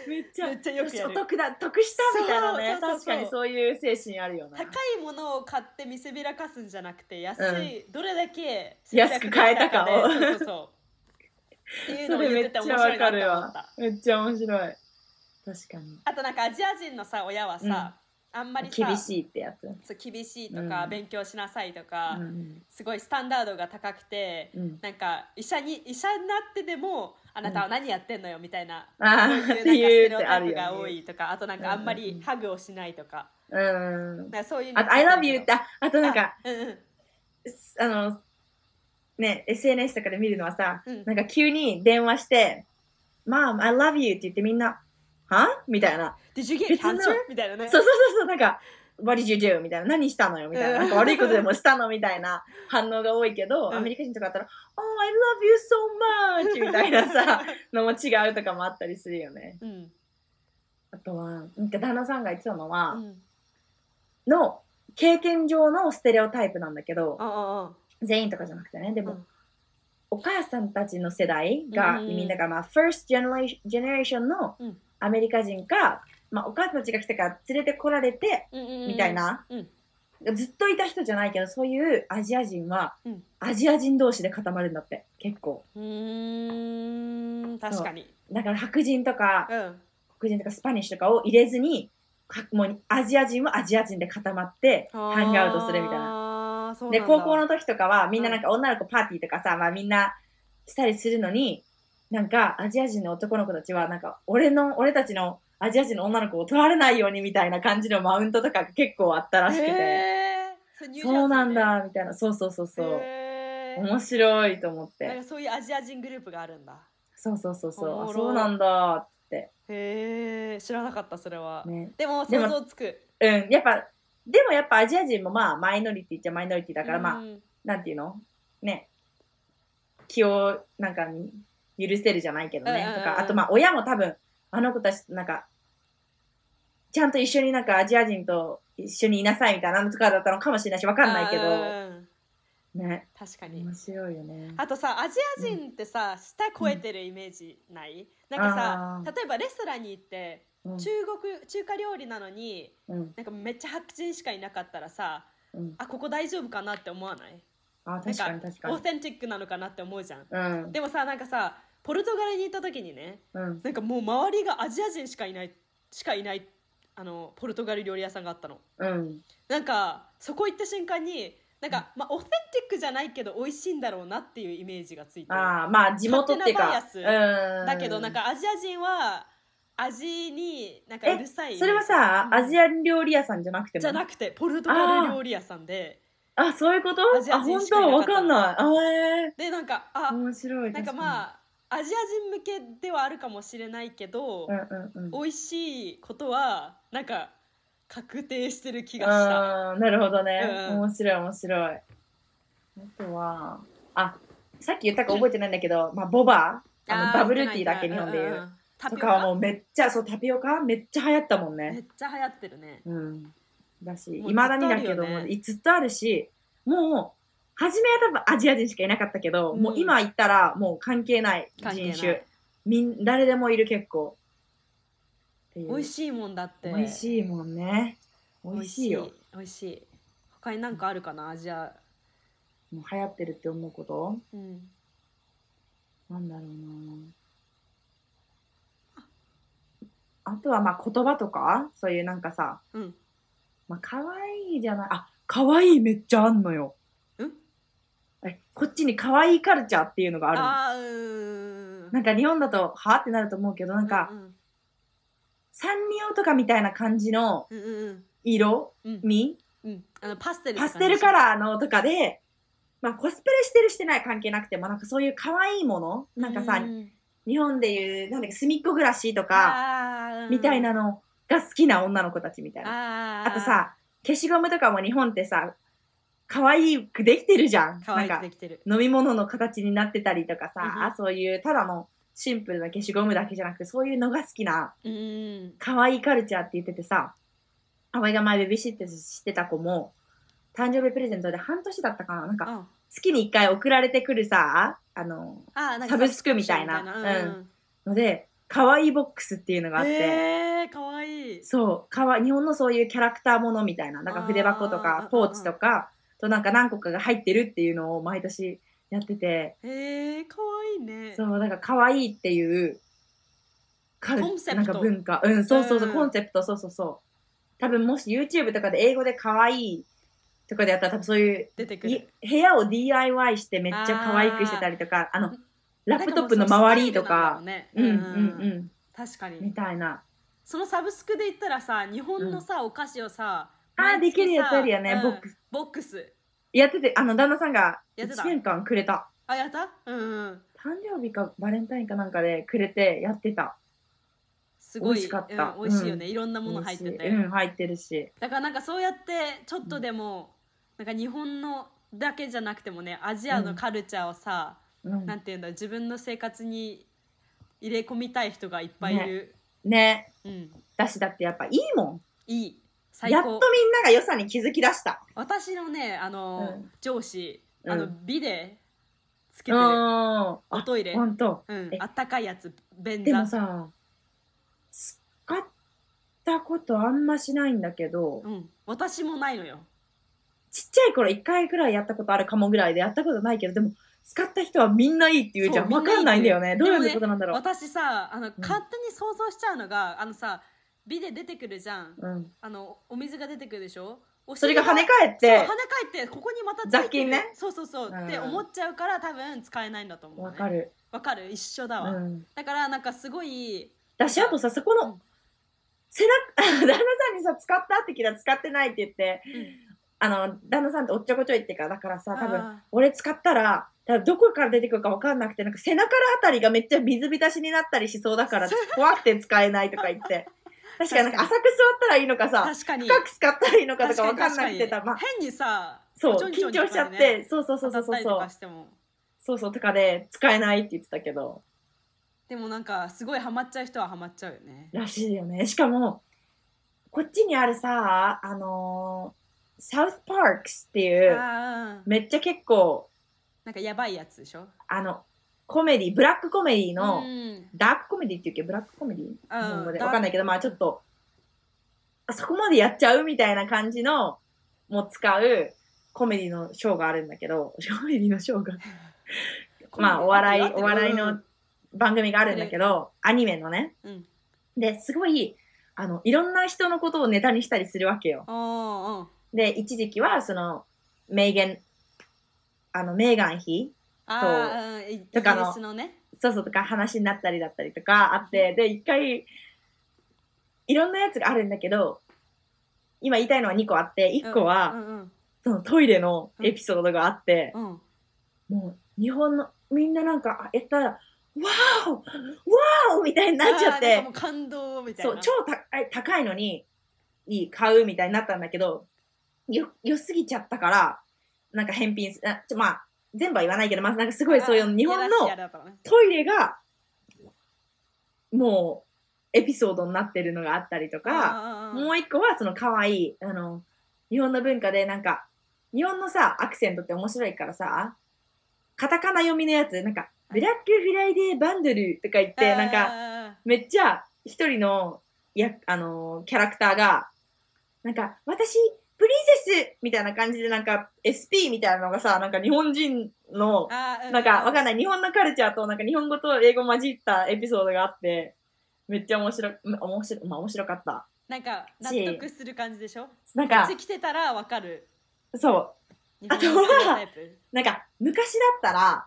Speaker 1: めっち
Speaker 2: めっちゃよくやる
Speaker 1: お得だ得したみたいな
Speaker 2: そうそうそ
Speaker 1: ね
Speaker 2: うそう
Speaker 1: 確かにそういう精神あるよね
Speaker 2: 高いものを買って見せびらかすんじゃなくて安い、どれだけ
Speaker 1: 安く買えたかを
Speaker 2: 節約できたかでそうそうそうっていうの
Speaker 1: そ
Speaker 2: を
Speaker 1: れ
Speaker 2: 言
Speaker 1: め
Speaker 2: って
Speaker 1: ってち
Speaker 2: 面
Speaker 1: ゃ
Speaker 2: 白
Speaker 1: わ
Speaker 2: いな
Speaker 1: か
Speaker 2: って
Speaker 1: る
Speaker 2: 思っ
Speaker 1: わ
Speaker 2: た
Speaker 1: めっちゃ面白い確かに
Speaker 2: あとなんかアジア人のさ親はさ、あんまりさ
Speaker 1: 厳しいってやつう
Speaker 2: そう厳しいとか、
Speaker 1: うん
Speaker 2: 勉強しなさいとか、
Speaker 1: ん
Speaker 2: すごいスタンダードが高くて、
Speaker 1: うん
Speaker 2: なんか医者に医者になってでもあなたは何やってんのよみたいな、
Speaker 1: あ
Speaker 2: そういうなん
Speaker 1: ーっ
Speaker 2: か
Speaker 1: て
Speaker 2: ステ
Speaker 1: いう
Speaker 2: レ
Speaker 1: っ
Speaker 2: オ
Speaker 1: て
Speaker 2: タ
Speaker 1: あ
Speaker 2: イ
Speaker 1: る
Speaker 2: プが
Speaker 1: よ
Speaker 2: 多
Speaker 1: ね
Speaker 2: いとかあとなんかあんまりハグをしないとか,、
Speaker 1: うん
Speaker 2: なんかそういうの
Speaker 1: あと「I love you」ってああとなんか
Speaker 2: あうんうん
Speaker 1: あの、ね、SNS とかで見るのはさ、
Speaker 2: うん
Speaker 1: なんか急に電話して、Mom, I love you って言ってみんな、はみたいな。
Speaker 2: Did you
Speaker 1: 別
Speaker 2: get
Speaker 1: の
Speaker 2: cancer? みたいなね。
Speaker 1: そうそうそうそう、なんか、What did you do? みたいな。何したのよみたいな。なんか悪いことでもしたのみたいな反応が多いけど、
Speaker 2: うん
Speaker 1: アメリカ人とかだったら、Oh, I love you so much! みたいな さ、のも違うとかもあったりするよね。
Speaker 2: うん。
Speaker 1: あとは、なんか旦那さんが言ってたのは、
Speaker 2: うん。
Speaker 1: の、経験上のステレオタイプなんだけど、
Speaker 2: あ
Speaker 1: 全員とかじゃなくてねでも、
Speaker 2: うん
Speaker 1: お母さんたちの世代が
Speaker 2: うんうん
Speaker 1: 移民だから、まあ、ファーストジェネレーションの
Speaker 2: うん
Speaker 1: アメリカ人か、まあ、お母さんたちが来てから連れてこられて
Speaker 2: あ。み
Speaker 1: みたい。な、
Speaker 2: うん
Speaker 1: ずっといた人じゃないけどそういうアジア人は、
Speaker 2: うん
Speaker 1: アジア人同士で固まるんだって結構
Speaker 2: うーん。確かに。
Speaker 1: だから白人とか
Speaker 2: うん。
Speaker 1: 黒人とかスパニッシュとかを入れずにかもうアジア人はアジア人で固まってハングアウトするみたいな
Speaker 2: な。そうなん
Speaker 1: で
Speaker 2: だ
Speaker 1: 高校の時とかはみんななんか女の子パーティーとかさ、まあ、みんなしたりするのになんかアジア人の男の子たちはなんか俺の俺たちのアジア人の女の子を取られないようにみたいな感じのマウントとかが結構あったらしくて、
Speaker 2: へーそれニュージャージーで
Speaker 1: そうなん。だみたいなそうそうそうそう、
Speaker 2: へー
Speaker 1: 面白いと思っ
Speaker 2: なん
Speaker 1: て
Speaker 2: かそういうアジア人グループがあるんだ。
Speaker 1: そうそうそうそ
Speaker 2: おも
Speaker 1: う
Speaker 2: ろ
Speaker 1: あそうなんだって、
Speaker 2: へえ。知らなかったそれは。
Speaker 1: ね、
Speaker 2: でも
Speaker 1: でも
Speaker 2: 想像つく。
Speaker 1: うんやっぱでもやっぱアジア人もまあマイノリティっちゃマイノリティだからまあ、
Speaker 2: うん
Speaker 1: なんていうのね気をなんかに許せるじゃないけど
Speaker 2: うんうん
Speaker 1: ね
Speaker 2: うん
Speaker 1: とかあとまあ親も多分あの子たちとなんかちゃんと一緒になんかアジア人と一緒にいなさいみたいなのとかだったのかもしれないしわかんないけど
Speaker 2: うんうん
Speaker 1: ね
Speaker 2: 確かに。
Speaker 1: 面白いよね
Speaker 2: あとさアジア人ってさ、舌超えてるイメージない、なんか
Speaker 1: あ
Speaker 2: さ例えばレストランに行って
Speaker 1: うん
Speaker 2: 中国中華料理なのに
Speaker 1: うん
Speaker 2: なんかめっちゃ白人しかいなかったらさ
Speaker 1: うん
Speaker 2: あここ大丈夫かなって思わない
Speaker 1: あ確かに確か
Speaker 2: オ
Speaker 1: に
Speaker 2: ーセンティックなのかなって思うじゃん
Speaker 1: うん
Speaker 2: でもさなんかさポルトガルに行った時にね
Speaker 1: うん
Speaker 2: なんかもう周りがアジア人しかいないしかいないあのポルトガル料理屋さんがあったの
Speaker 1: うん
Speaker 2: なんかそこ行った瞬間になんか、まあ、オーセンティックじゃないけど美味しいんだろうなっていうイメージがついてる
Speaker 1: ああまあ地元っていうか
Speaker 2: 勝手な
Speaker 1: うん
Speaker 2: だけどなんかアジア人は味になんか
Speaker 1: え
Speaker 2: うるさい
Speaker 1: それはさ
Speaker 2: うん
Speaker 1: アジア料理屋さんじゃなくても
Speaker 2: じゃなくてポルトガル料理屋さんで
Speaker 1: あそういうこと
Speaker 2: アジア
Speaker 1: あ
Speaker 2: 人
Speaker 1: 本
Speaker 2: しかいな
Speaker 1: 当
Speaker 2: かっ
Speaker 1: わ
Speaker 2: た
Speaker 1: かんないあえー
Speaker 2: でなんかあ
Speaker 1: 面白い
Speaker 2: なんか
Speaker 1: あ
Speaker 2: まあアジア人向けではあるかもしれないけど、
Speaker 1: うんうんうん
Speaker 2: 美味しいことはなんか確定してる気がした
Speaker 1: あーなるほどね、
Speaker 2: うんうん
Speaker 1: 面白い面白いあとはあさっき言ったか覚えてないんだけど、まあ、ボバあのバブルティーだけ日本で言う、
Speaker 2: んんんタ
Speaker 1: と
Speaker 2: ピオ
Speaker 1: かはも
Speaker 2: カ
Speaker 1: うめっちゃそうタピオカめっちゃ流行ったもん
Speaker 2: め
Speaker 1: ね
Speaker 2: っちゃ流行ってるね
Speaker 1: うんだしい
Speaker 2: もう
Speaker 1: まだにだけ
Speaker 2: ずっと
Speaker 1: ど
Speaker 2: あるよね
Speaker 1: もうずっとあるしもう初めは多分アジア人しかいなかったけど、
Speaker 2: うん
Speaker 1: もう今行ったらもう関係ない人
Speaker 2: 関係な
Speaker 1: 種
Speaker 2: い
Speaker 1: みん誰でもいる結構っていう
Speaker 2: 美味しいもんだって
Speaker 1: 美味しいもんね美味しいよ
Speaker 2: 美味しい他になんかあるかなアジア
Speaker 1: もう流行ってるって思うこと
Speaker 2: うん
Speaker 1: なんだろうなあとはまあ言葉とかそういうなんかさ
Speaker 2: うん
Speaker 1: まあ可愛いじゃないあ可愛いめっちゃあんのよ
Speaker 2: うん
Speaker 1: えこっちに可愛いカルチャーっていうのがあるの
Speaker 2: あーうーん
Speaker 1: なんか日本だとはあってなると思うけどなんか
Speaker 2: うん
Speaker 1: サンリオとかみたいな感じの
Speaker 2: うんうん
Speaker 1: 色
Speaker 2: うん
Speaker 1: 味
Speaker 2: うんあのパステル
Speaker 1: パステルカラーのとかでまあコスプレしてるしてない関係なくてもなんかそういう可愛いものなんかさ日本でいうなんだっけ隅っこ暮らしとか
Speaker 2: か
Speaker 1: みたいなのが好きな女の子たちみたいな。
Speaker 2: あー
Speaker 1: あとさ、消しゴムとかも日本ってさ、可愛くできてるじゃん。
Speaker 2: 可愛
Speaker 1: な
Speaker 2: く
Speaker 1: ん
Speaker 2: で
Speaker 1: か
Speaker 2: きてる
Speaker 1: 飲み物の形になってたりとか
Speaker 2: うんう
Speaker 1: さ
Speaker 2: ん、
Speaker 1: そういうただのシンプルな消しゴムだけじゃなくて、そういうのが好きな
Speaker 2: うんうん
Speaker 1: 可愛いカルチャーって言っててさ、葵が前ベビーシッターしてた子も、誕生日プレゼントで半年だったかななんか、
Speaker 2: あ
Speaker 1: 月に一回送られてくるさ、あの、
Speaker 2: あーなんか
Speaker 1: サブスクみたいな
Speaker 2: サブスクみたいな
Speaker 1: うんので、可愛いボックスっていうのがあって、
Speaker 2: えー、かわいい
Speaker 1: そうかわ日本のそういうキャラクターものみたいななんか筆箱と
Speaker 2: あー
Speaker 1: かポーチとかとなんか何個かが入ってるっていうのを毎年やってて
Speaker 2: えー、かわいいね
Speaker 1: そうなんか可愛いっていうカル
Speaker 2: コンセプト
Speaker 1: なんか文化うんそうそうそう、
Speaker 2: うん
Speaker 1: コンセプトそうそうそう多分もし YouTube とかで英語で可愛いとかでやったら多分そういう
Speaker 2: 出てく
Speaker 1: い
Speaker 2: る
Speaker 1: 部屋を DIY してめっちゃ可愛くしてたりとかあのラップトップの周りと
Speaker 2: な
Speaker 1: か
Speaker 2: んも
Speaker 1: うん
Speaker 2: う
Speaker 1: う
Speaker 2: その
Speaker 1: ん
Speaker 2: スタイルなんだろうねうんうん確か
Speaker 1: うんみ
Speaker 2: に
Speaker 1: たいな
Speaker 2: そのサブスクで言ったらさ日本のさ、お菓子をさ
Speaker 1: あー
Speaker 2: 毎
Speaker 1: で
Speaker 2: 月
Speaker 1: きるやつ
Speaker 2: さ
Speaker 1: あるよね、
Speaker 2: うん
Speaker 1: ボックス
Speaker 2: ボックス
Speaker 1: やっててあの旦那さんが
Speaker 2: やってた
Speaker 1: 1年間くれた
Speaker 2: あやったうんうん
Speaker 1: 誕生日かバレンタインかなんかでくれてやってた
Speaker 2: すごい
Speaker 1: 美味しかった
Speaker 2: うん、美味しいよね、いろんなもの入ってて、
Speaker 1: うん入ってるし
Speaker 2: だからなんかそうやってちょっとでも、なんか日本のだけじゃなくてもねアジアのカルチャーをさ、
Speaker 1: うん
Speaker 2: なんていうんだろう自分の生活に入れ込みたい人がいっぱいいる、
Speaker 1: ね
Speaker 2: うん
Speaker 1: だしだってやっぱいいも
Speaker 2: いい
Speaker 1: ん
Speaker 2: 最
Speaker 1: やっとみ
Speaker 2: 高
Speaker 1: んなが良さに気づきだした
Speaker 2: 私のねあの、
Speaker 1: うん
Speaker 2: 上司
Speaker 1: うん
Speaker 2: あの、ビデつけ
Speaker 1: う
Speaker 2: て
Speaker 1: ん
Speaker 2: る、
Speaker 1: あ
Speaker 2: おトイレ、う
Speaker 1: ほ
Speaker 2: ん
Speaker 1: んとえ
Speaker 2: あったかいやつ便
Speaker 1: で
Speaker 2: 座
Speaker 1: もさ使ったことあんましないんだけど
Speaker 2: うん、私もないのよ
Speaker 1: ちっちゃい頃1回くらいやったことあるかもぐらいでやったことないけどでも使った人はみんないいって言うじゃん
Speaker 2: そう
Speaker 1: わかんないんだよね
Speaker 2: み
Speaker 1: ど
Speaker 2: ん
Speaker 1: う
Speaker 2: ないいって
Speaker 1: いうことなんだろう、
Speaker 2: 私さあの、勝手に想像しちゃうのがあのさビデ出てくるじゃん
Speaker 1: うん、
Speaker 2: あのお水が出てくるでしょお
Speaker 1: それ
Speaker 2: 尻
Speaker 1: が跳ね返
Speaker 2: そう
Speaker 1: っ
Speaker 2: 跳
Speaker 1: て
Speaker 2: ね返ってここにまたついてる
Speaker 1: 雑菌ね
Speaker 2: そうそうそう、
Speaker 1: うん
Speaker 2: って思っちゃうから多分使えないんだと思う、ね、
Speaker 1: わかる、
Speaker 2: わかる一緒だわ、
Speaker 1: うん、
Speaker 2: だからなんかすごい
Speaker 1: だしあとさそこ
Speaker 2: う
Speaker 1: の
Speaker 2: ん
Speaker 1: 背中 旦那さんにさ使ったって聞いたら使ってないって言って
Speaker 2: うん
Speaker 1: あの旦那さんっておっちょこちょいってからだからさ多分
Speaker 2: あ
Speaker 1: 俺使ったら多分どこから出てくるか分かんなくてなんか背中あたりがめっちゃ水浸しになったりしそうだから怖くて使えないとか 言って確かになんか
Speaker 2: 確
Speaker 1: 浅く座ったらいいのか
Speaker 2: ー
Speaker 1: さ
Speaker 2: 確かに
Speaker 1: 深く使ったらいいのかとか分かん
Speaker 2: 確
Speaker 1: な
Speaker 2: か
Speaker 1: く
Speaker 2: に
Speaker 1: てたまあ
Speaker 2: 変にさ
Speaker 1: そう
Speaker 2: おちょんちょ
Speaker 1: 緊
Speaker 2: んとかね
Speaker 1: 張しちゃってそうそうそうそう
Speaker 2: 当たった
Speaker 1: そう
Speaker 2: りと
Speaker 1: そ
Speaker 2: か
Speaker 1: う
Speaker 2: しても
Speaker 1: そうそうとかで使えないって言ってたけど
Speaker 2: でもなんかすごいハマっちゃう人はハマっちゃうよね
Speaker 1: らしいよねしかもこっちにあるさあのーサウスパークスっていう
Speaker 2: あー
Speaker 1: めっちゃ結構
Speaker 2: なんかやばいやつでしょ
Speaker 1: あのコメディブラックコメディの、
Speaker 2: うん
Speaker 1: ダークコメディっていうっけブラックコメディ日本語
Speaker 2: ダー
Speaker 1: で
Speaker 2: ク
Speaker 1: わかんないけどまあちょっとあそこまでやっちゃうみたいな感じのもう使うコメディのショーがあるんだけど コメディのショーがまあお笑いお笑いの、番組があるんだけどアニメのね
Speaker 2: うん、
Speaker 1: ですごいあのいろんな人のことをネタにしたりするわけよ
Speaker 2: あーうん
Speaker 1: で一時期はそのメーゲンあのメーガン妃
Speaker 2: あーうんイ
Speaker 1: とか
Speaker 2: イ
Speaker 1: の
Speaker 2: ギリスのね
Speaker 1: そうそうとか話になったりだったりとかあってで一回いろんなやつがあるんだけど今言いたいのは2個あって1個は、
Speaker 2: うんうん
Speaker 1: そのトイレのエピソードがあって、
Speaker 2: うんうん
Speaker 1: もう日本のみんななんかあやったら「わーおわーお!」みたいになっちゃっ
Speaker 2: あーなんか
Speaker 1: て
Speaker 2: もう感動みたいな
Speaker 1: そう超高い高いのにいい買うみたいになったんだけどよ良すぎちゃったからなんか返品すあちょまあ全部は言わないけどまずなんかすごいそういう日本の
Speaker 2: あーいやらしいやらだったのね
Speaker 1: トイレがもう、エピソードになってるのがあったりとか、
Speaker 2: あ
Speaker 1: もう一個はその可愛い、あの、日本の文化でなんか、日本のさ、アクセントって面白いからさ、カタカナ読みのやつ、なんか、ブラックフライデーバンドルとか言って、なんか、
Speaker 2: か
Speaker 1: めっちゃ一人のや、あのーキャラクターが、なんか、私、プリンセスみたいな感じで、なんか、SP みたいなのがさ、なんか日本人の、なんか、わかんない、日本のカルチャーと、なんか日本語と英語混じったエピソードがあって、めっちゃ面白、ま面白、まあ面白かった。
Speaker 2: なんか納得する感じでしょこ
Speaker 1: なん
Speaker 2: っ
Speaker 1: か
Speaker 2: ち、来てたらわかる
Speaker 1: そう、
Speaker 2: 日
Speaker 1: あとは
Speaker 2: 本のステレオタイプ
Speaker 1: なんか、昔だったら、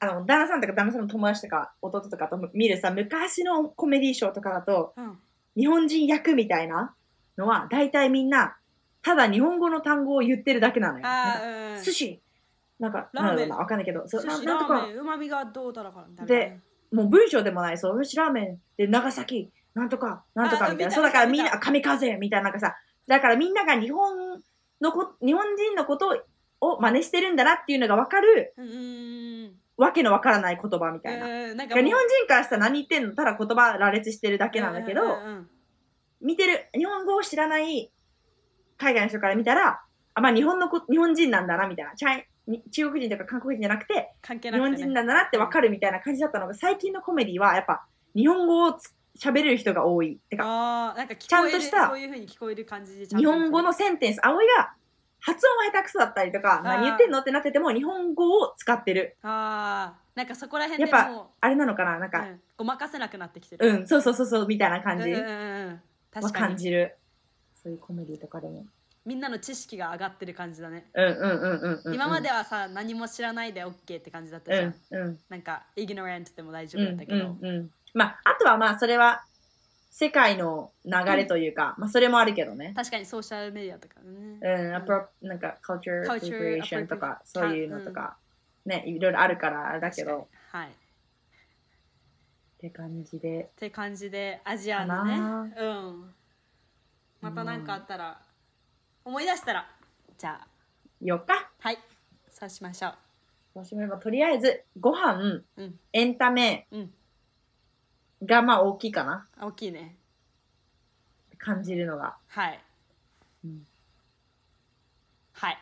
Speaker 1: あの、旦那さんとか旦那さんの友達とか、弟とかと見るさ、昔のコメディーショーとかだと、
Speaker 2: うん
Speaker 1: 日本人役みたいなのは、大体みんな、ただ日本語の単語を言ってるだけなのよ。
Speaker 2: あ
Speaker 1: なんか
Speaker 2: ーうん
Speaker 1: 寿司なんか、
Speaker 2: ラ
Speaker 1: な
Speaker 2: ー
Speaker 1: ん
Speaker 2: メ
Speaker 1: だろ
Speaker 2: ン
Speaker 1: うな、わかんないけど、そう
Speaker 2: 寿
Speaker 1: な
Speaker 2: 司
Speaker 1: なん
Speaker 2: ラー
Speaker 1: とか
Speaker 2: メ、ンうまみがどうだらかなんだ
Speaker 1: でもう文章でもない、そう、寿司ラーメンで長崎、なんとか、なんとか
Speaker 2: あ
Speaker 1: み
Speaker 2: 見
Speaker 1: たいな。
Speaker 2: た
Speaker 1: そう、だからみ
Speaker 2: 見
Speaker 1: ん
Speaker 2: た
Speaker 1: な、神風みたいな、なんかさ、だからみんなが日本のこ、日本人のことを真似してるんだなっていうのがわかる、
Speaker 2: うんうんうん
Speaker 1: わけのわからない言葉みたいな。
Speaker 2: うんなん
Speaker 1: だ
Speaker 2: かも
Speaker 1: から
Speaker 2: う
Speaker 1: 日本人からしたら何言ってんのただ言葉羅列してるだけなんだけど、
Speaker 2: うんうんうん
Speaker 1: 見てる、日本語を知らない海外の人から見たら、あ、まあ日本のこ、日本人なんだな、みたいな。チャイに中国人とか韓国人じゃなくて、
Speaker 2: 関係
Speaker 1: 日
Speaker 2: なく
Speaker 1: 本
Speaker 2: て
Speaker 1: 人
Speaker 2: ね
Speaker 1: なんだなってわかるみたいな感じだったのが、最近のコメディはやっぱ、日本語をつ喋れる人が多い。てか、
Speaker 2: あーなんか聞こえる
Speaker 1: ちゃんとした
Speaker 2: そういう風に聞こえる感じでちゃんと
Speaker 1: 日本語のセンテンス、葵が発音は下手くそだったりとか、何言ってんのってなってても、日本語を使ってる。
Speaker 2: あーなんかそこら辺で
Speaker 1: やっぱ
Speaker 2: も
Speaker 1: あれなのかななん
Speaker 2: う、う
Speaker 1: か、
Speaker 2: ん、ごまかせなくなってきてる
Speaker 1: うん、そうそうそうそう、みたいな感じ
Speaker 2: うんうんうんうん
Speaker 1: は
Speaker 2: 確か
Speaker 1: 感
Speaker 2: に
Speaker 1: じる。そういうコメディとかでも。
Speaker 2: みんなの知識が上がってる感じだね、
Speaker 1: うんうんうんうんうん。
Speaker 2: 今まではさ何も知らないで OK って感じだったじゃん、
Speaker 1: うんうん。
Speaker 2: なんか ignorant でも大丈
Speaker 1: う
Speaker 2: 夫だった
Speaker 1: ん
Speaker 2: け
Speaker 1: う
Speaker 2: ど、
Speaker 1: んうんまあ、あとはまあそれは世界の流れというか、まあそれもあるけどね。
Speaker 2: 確かにソーシャルメディアとかね、
Speaker 1: うん、アプロなんか culture
Speaker 2: Culture
Speaker 1: appropriation とか
Speaker 2: appropriation
Speaker 1: そういうのとか、ね、いろいろあるからあれだけど、っ
Speaker 2: 確かにはいって
Speaker 1: 感じで。
Speaker 2: て感じでアジアの
Speaker 1: か
Speaker 2: ねうんまた何かあったら、思い出したらじゃあ
Speaker 1: よっか。
Speaker 2: はいそうしましょう
Speaker 1: 私も今とりあえずご飯、
Speaker 2: うん
Speaker 1: エンタメ
Speaker 2: うん
Speaker 1: がまあ大きいかな。
Speaker 2: 大きいね
Speaker 1: 感じるのが。
Speaker 2: はい
Speaker 1: うん
Speaker 2: はい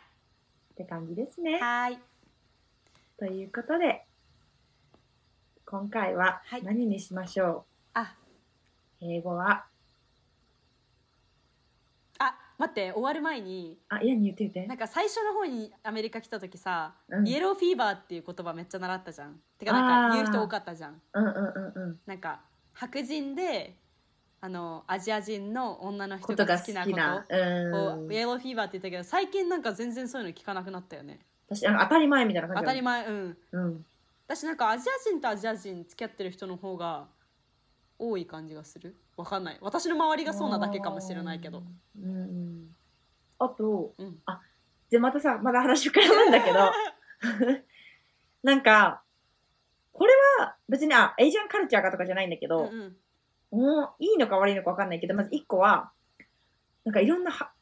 Speaker 1: って感じですね。
Speaker 2: はい
Speaker 1: ということで、今回は
Speaker 2: はい
Speaker 1: 何にしましょ
Speaker 2: あ
Speaker 1: う、英語は。
Speaker 2: あ待って終わる前に
Speaker 1: あ、いや、言って言って
Speaker 2: なん。か最初の方にアメリカ来た時さ、
Speaker 1: うん
Speaker 2: イエローフィーバーっていう言葉めっちゃ習ったじゃんてかなんか言う人多かったじゃん
Speaker 1: うんうんうんうん。
Speaker 2: なんか白人であのアジア人の女の
Speaker 1: こ
Speaker 2: 人
Speaker 1: とが
Speaker 2: が
Speaker 1: 好
Speaker 2: 好
Speaker 1: き
Speaker 2: き
Speaker 1: な
Speaker 2: な
Speaker 1: こ
Speaker 2: ことと
Speaker 1: う
Speaker 2: を
Speaker 1: ん
Speaker 2: イエローフィーバーって言ったけど最近なんか全然そういうの聞かなくなったよね
Speaker 1: 私あの当たり前みたいな感
Speaker 2: 当
Speaker 1: じ
Speaker 2: たり
Speaker 1: 前、
Speaker 2: 前うん
Speaker 1: うん、
Speaker 2: 私なんかアジア人とアジア人付き合ってる人の方が多い感じがするわかんない私の周りがそうなだけかもしれないけど
Speaker 1: うんうんあと
Speaker 2: うん
Speaker 1: でまたさまだ話膨らむんだけど なんかこれは別にあエイジアンカルチャーかとかじゃないんだけ
Speaker 2: うん
Speaker 1: ど、
Speaker 2: うん
Speaker 1: もういいのか悪いのか分かんないけどまず1個はなんかいろんなは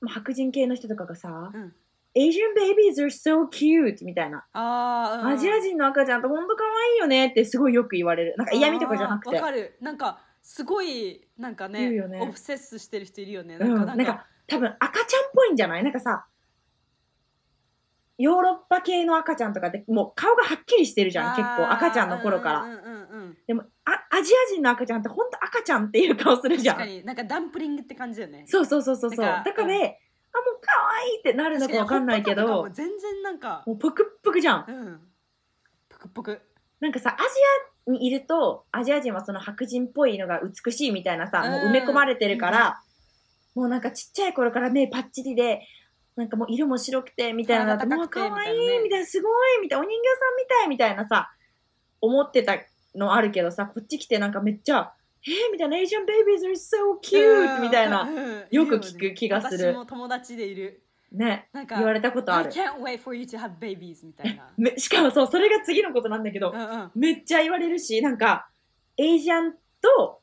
Speaker 1: まあ白人系の人とかがさ
Speaker 2: うん
Speaker 1: 「Asian babies are so cute」みたいな、
Speaker 2: あーうん
Speaker 1: アジア人の赤ちゃんってほんと可愛いよねってすごいよく言われるなんか嫌味とかじゃなく
Speaker 2: あー
Speaker 1: て
Speaker 2: わかるなんかすごいなんか
Speaker 1: 言う
Speaker 2: ね
Speaker 1: よね
Speaker 2: オフセスしてる人いるよね
Speaker 1: うん、なんか多分赤ちゃんっぽいんじゃないなんかさヨーロッパ系の赤ちゃんとかってもう顔がはっきりしてるじゃん結構赤ちゃんの頃から、
Speaker 2: うんうんうんうんうん
Speaker 1: でもあアジア人の赤ちゃんってほんと赤ちゃんっていう顔する じゃ
Speaker 2: 確か
Speaker 1: ん
Speaker 2: になんかダンプリングって感じだよね
Speaker 1: そうそうそうそうそう
Speaker 2: な
Speaker 1: だ
Speaker 2: んか
Speaker 1: からね、
Speaker 2: うん
Speaker 1: あもう可愛いってなるのかわかんないけ
Speaker 2: 確
Speaker 1: ど
Speaker 2: かにほっぺたとかも全然なんか
Speaker 1: もうぷくっぷくじゃん
Speaker 2: うんぷくぷく
Speaker 1: なんかさアジアにいるとアジア人はその白人っぽいのが美しいみたいなさ、もう埋め込まれてるから、もうなんかちっちゃい頃から目パッチリでなんかもう色も白くてみたいなのだって
Speaker 2: 体
Speaker 1: も
Speaker 2: が
Speaker 1: う
Speaker 2: 高くて
Speaker 1: 可愛
Speaker 2: みたいないね
Speaker 1: みたいなすごいみたいなお人形さんみたいみたいなさ思ってたのあるけどさこっち来てなんかめっちゃ「えー、みたいな「Asian babies are so
Speaker 2: う
Speaker 1: cute」
Speaker 2: ん
Speaker 1: みたいな
Speaker 2: うん
Speaker 1: よく聞く気が
Speaker 2: い
Speaker 1: する
Speaker 2: るよね私も友達でいる
Speaker 1: ね
Speaker 2: なんか
Speaker 1: 言われたことあ
Speaker 2: I
Speaker 1: る
Speaker 2: can't wait for you to have babies みたいな
Speaker 1: めしかもそうそれが次のことなんだけど、
Speaker 2: うんうん
Speaker 1: めっちゃ言われるし、なんか、エイジアンと、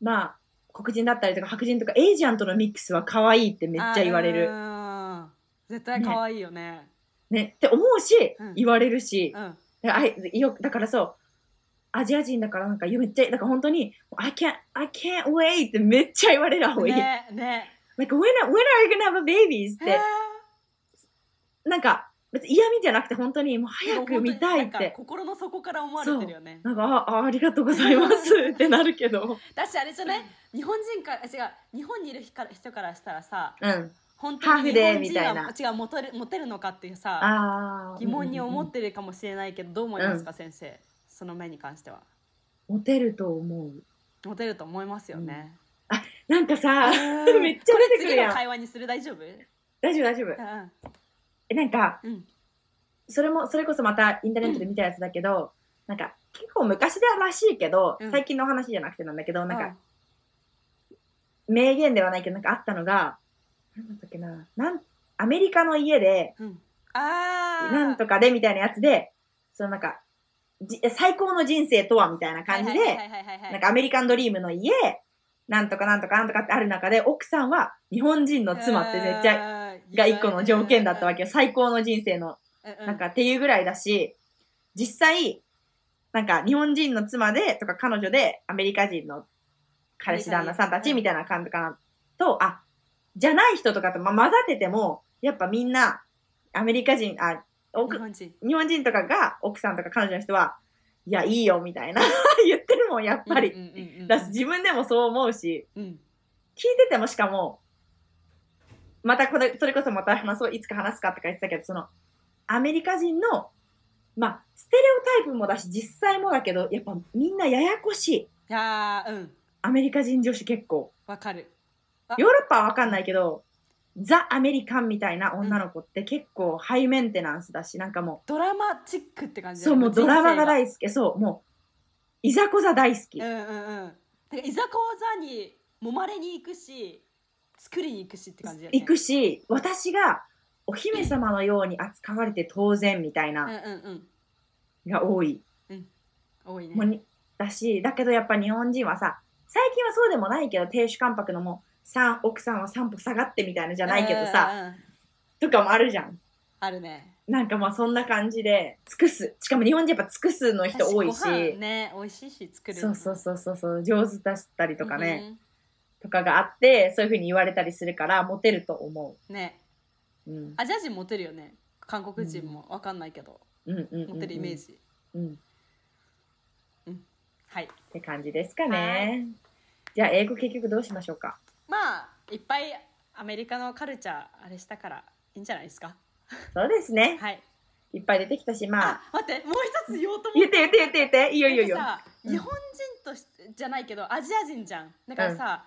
Speaker 1: まあ、黒人だったりとか白人とか、エイジアンとのミックスは可愛い ってめっちゃ言われる。
Speaker 2: あー絶対可愛いよね
Speaker 1: ね、って思うし、
Speaker 2: うん
Speaker 1: 言われるし、
Speaker 2: うん
Speaker 1: だからあいよだからそう、アジア人だからなんかめっちゃ、なんか本当に、I can't, I can't wait ってめっちゃ言われる方がいい。
Speaker 2: ねね
Speaker 1: like, when, are- when are you gonna have a babies? っ
Speaker 2: えー
Speaker 1: て、なんか別に嫌味じゃなくて本当にもう早く見た
Speaker 2: でも本当
Speaker 1: いっ
Speaker 2: になんか
Speaker 1: て。
Speaker 2: 心の底から思われてるよね
Speaker 1: なんか、ああ、ありがとうございますってなるけど。
Speaker 2: だしあれじゃね日本人からあ違う日本にいる人から人からしたらさ
Speaker 1: うん。
Speaker 2: 本当に日
Speaker 1: ハーフで
Speaker 2: 本
Speaker 1: み
Speaker 2: 人
Speaker 1: たい
Speaker 2: は
Speaker 1: な
Speaker 2: 違うモテるモテるのかっていうさ
Speaker 1: ああ。
Speaker 2: 疑問に思
Speaker 1: うんうん
Speaker 2: ってるかもしれないけどどう思いますか、先生その目に関しては
Speaker 1: うん。モテると思う。
Speaker 2: モテると思いますよね、
Speaker 1: なんかさ、
Speaker 2: うん
Speaker 1: めっちゃ
Speaker 2: こ
Speaker 1: 出
Speaker 2: れ
Speaker 1: てくる
Speaker 2: 次
Speaker 1: やん
Speaker 2: の会話にする大丈夫
Speaker 1: 大丈夫大丈夫。えなんか、
Speaker 2: うん、うん、
Speaker 1: それも、それこそまたインターネットで見たやつだけど、なんか、結構昔だらしいけど、
Speaker 2: うん
Speaker 1: 最近の話じゃなくてなんだけど、なん
Speaker 2: う
Speaker 1: か、名言ではないけど、なんかあったのが、なんだったっけな、なん、アメリカの家で、
Speaker 2: うん、ああ
Speaker 1: なんとかでみたいなやつで、そのなんか、じ最高の人生とはみたいな感じ
Speaker 2: はいは
Speaker 1: で、
Speaker 2: いはいはいはいはい
Speaker 1: なんかアメリカンドリームの家、なんとかなんとかなんとかってある中で、奥さんは日本人の妻ってめっちゃ、
Speaker 2: ゃ
Speaker 1: が一個の条件だったわけよ。最高の人生のなんかっていうぐらいだし、実際、なんか日本人の妻でとか彼女でアメリカ人の彼氏旦那さんたちみたいな感じかなと、あ、じゃない人とかと、ま、混ざってても、やっぱみんなアメリカ人、あ、
Speaker 2: 日
Speaker 1: 奥
Speaker 2: 本人
Speaker 1: 日本人とかが奥さんとか彼女の人は、いや、いいよみたいな 言ってるもん、やっぱり。
Speaker 2: うんうんうんうん
Speaker 1: だし、自分でもそう思うし、
Speaker 2: うん
Speaker 1: 聞いててもしかも、またこれ、それこそまた話そう、いつか話すかとか言ってたけど、その、アメリカ人の、まあ、ステレオタイプもだし、実際もだけど、やっぱみんなややこしい。
Speaker 2: いやーうん
Speaker 1: アメリカ人女子結構。
Speaker 2: わかる
Speaker 1: ヨーロッパはわかんないけど、ザ・アメリカンみたいな女の子って結構ハイメンテナンスだし、なんかも
Speaker 2: ドラマチックって感
Speaker 1: う、
Speaker 2: じ
Speaker 1: そう、もうドラマが
Speaker 2: 好
Speaker 1: 大好き。そう、もう、いざこざ大好き
Speaker 2: う。んうんうんなんかいざこざに揉まれに行くし作りに行くしって感じだよね
Speaker 1: 行くし、私がお姫様のように扱われて当然みたい
Speaker 2: うんう
Speaker 1: な、
Speaker 2: んうん
Speaker 1: が多い。
Speaker 2: 多いね
Speaker 1: もにだしだけどやっぱ日本人はさ最近はそうでもないけど亭主関白のもさん奥さんは三歩下がってみたいなじゃないけどさ
Speaker 2: うんうんうん
Speaker 1: とかもあるじゃん
Speaker 2: あるね
Speaker 1: なんかまあそんな感じで尽くすしかも日本人やっぱ尽くすの人多いし
Speaker 2: 私ご飯ね美味しいし作る
Speaker 1: そうそうそうそうそう上手だったり
Speaker 2: う
Speaker 1: とかね、とかがあってそういうふうに言われたりするからモテると思
Speaker 2: んね
Speaker 1: う、うん、
Speaker 2: アジア人モテるよね韓国人もわかんないけど
Speaker 1: うんうんうんうん
Speaker 2: モテるイメー、ジ
Speaker 1: うん、っ
Speaker 2: はい
Speaker 1: て感じですか
Speaker 2: は
Speaker 1: ねじゃあ英語結局どうしましょうか
Speaker 2: まあいっぱいアメリカのカルチャーあれしたからいいんじゃないですか
Speaker 1: そうですね
Speaker 2: はい
Speaker 1: いっぱい出てきたしまあ
Speaker 2: あ待ってもう一つ言おうと思
Speaker 1: 言
Speaker 2: っ
Speaker 1: って言って言って言っていいよいいよいいよ
Speaker 2: なんかさ
Speaker 1: うん
Speaker 2: 日本人としてじゃないけどアジア人じゃんだからさ、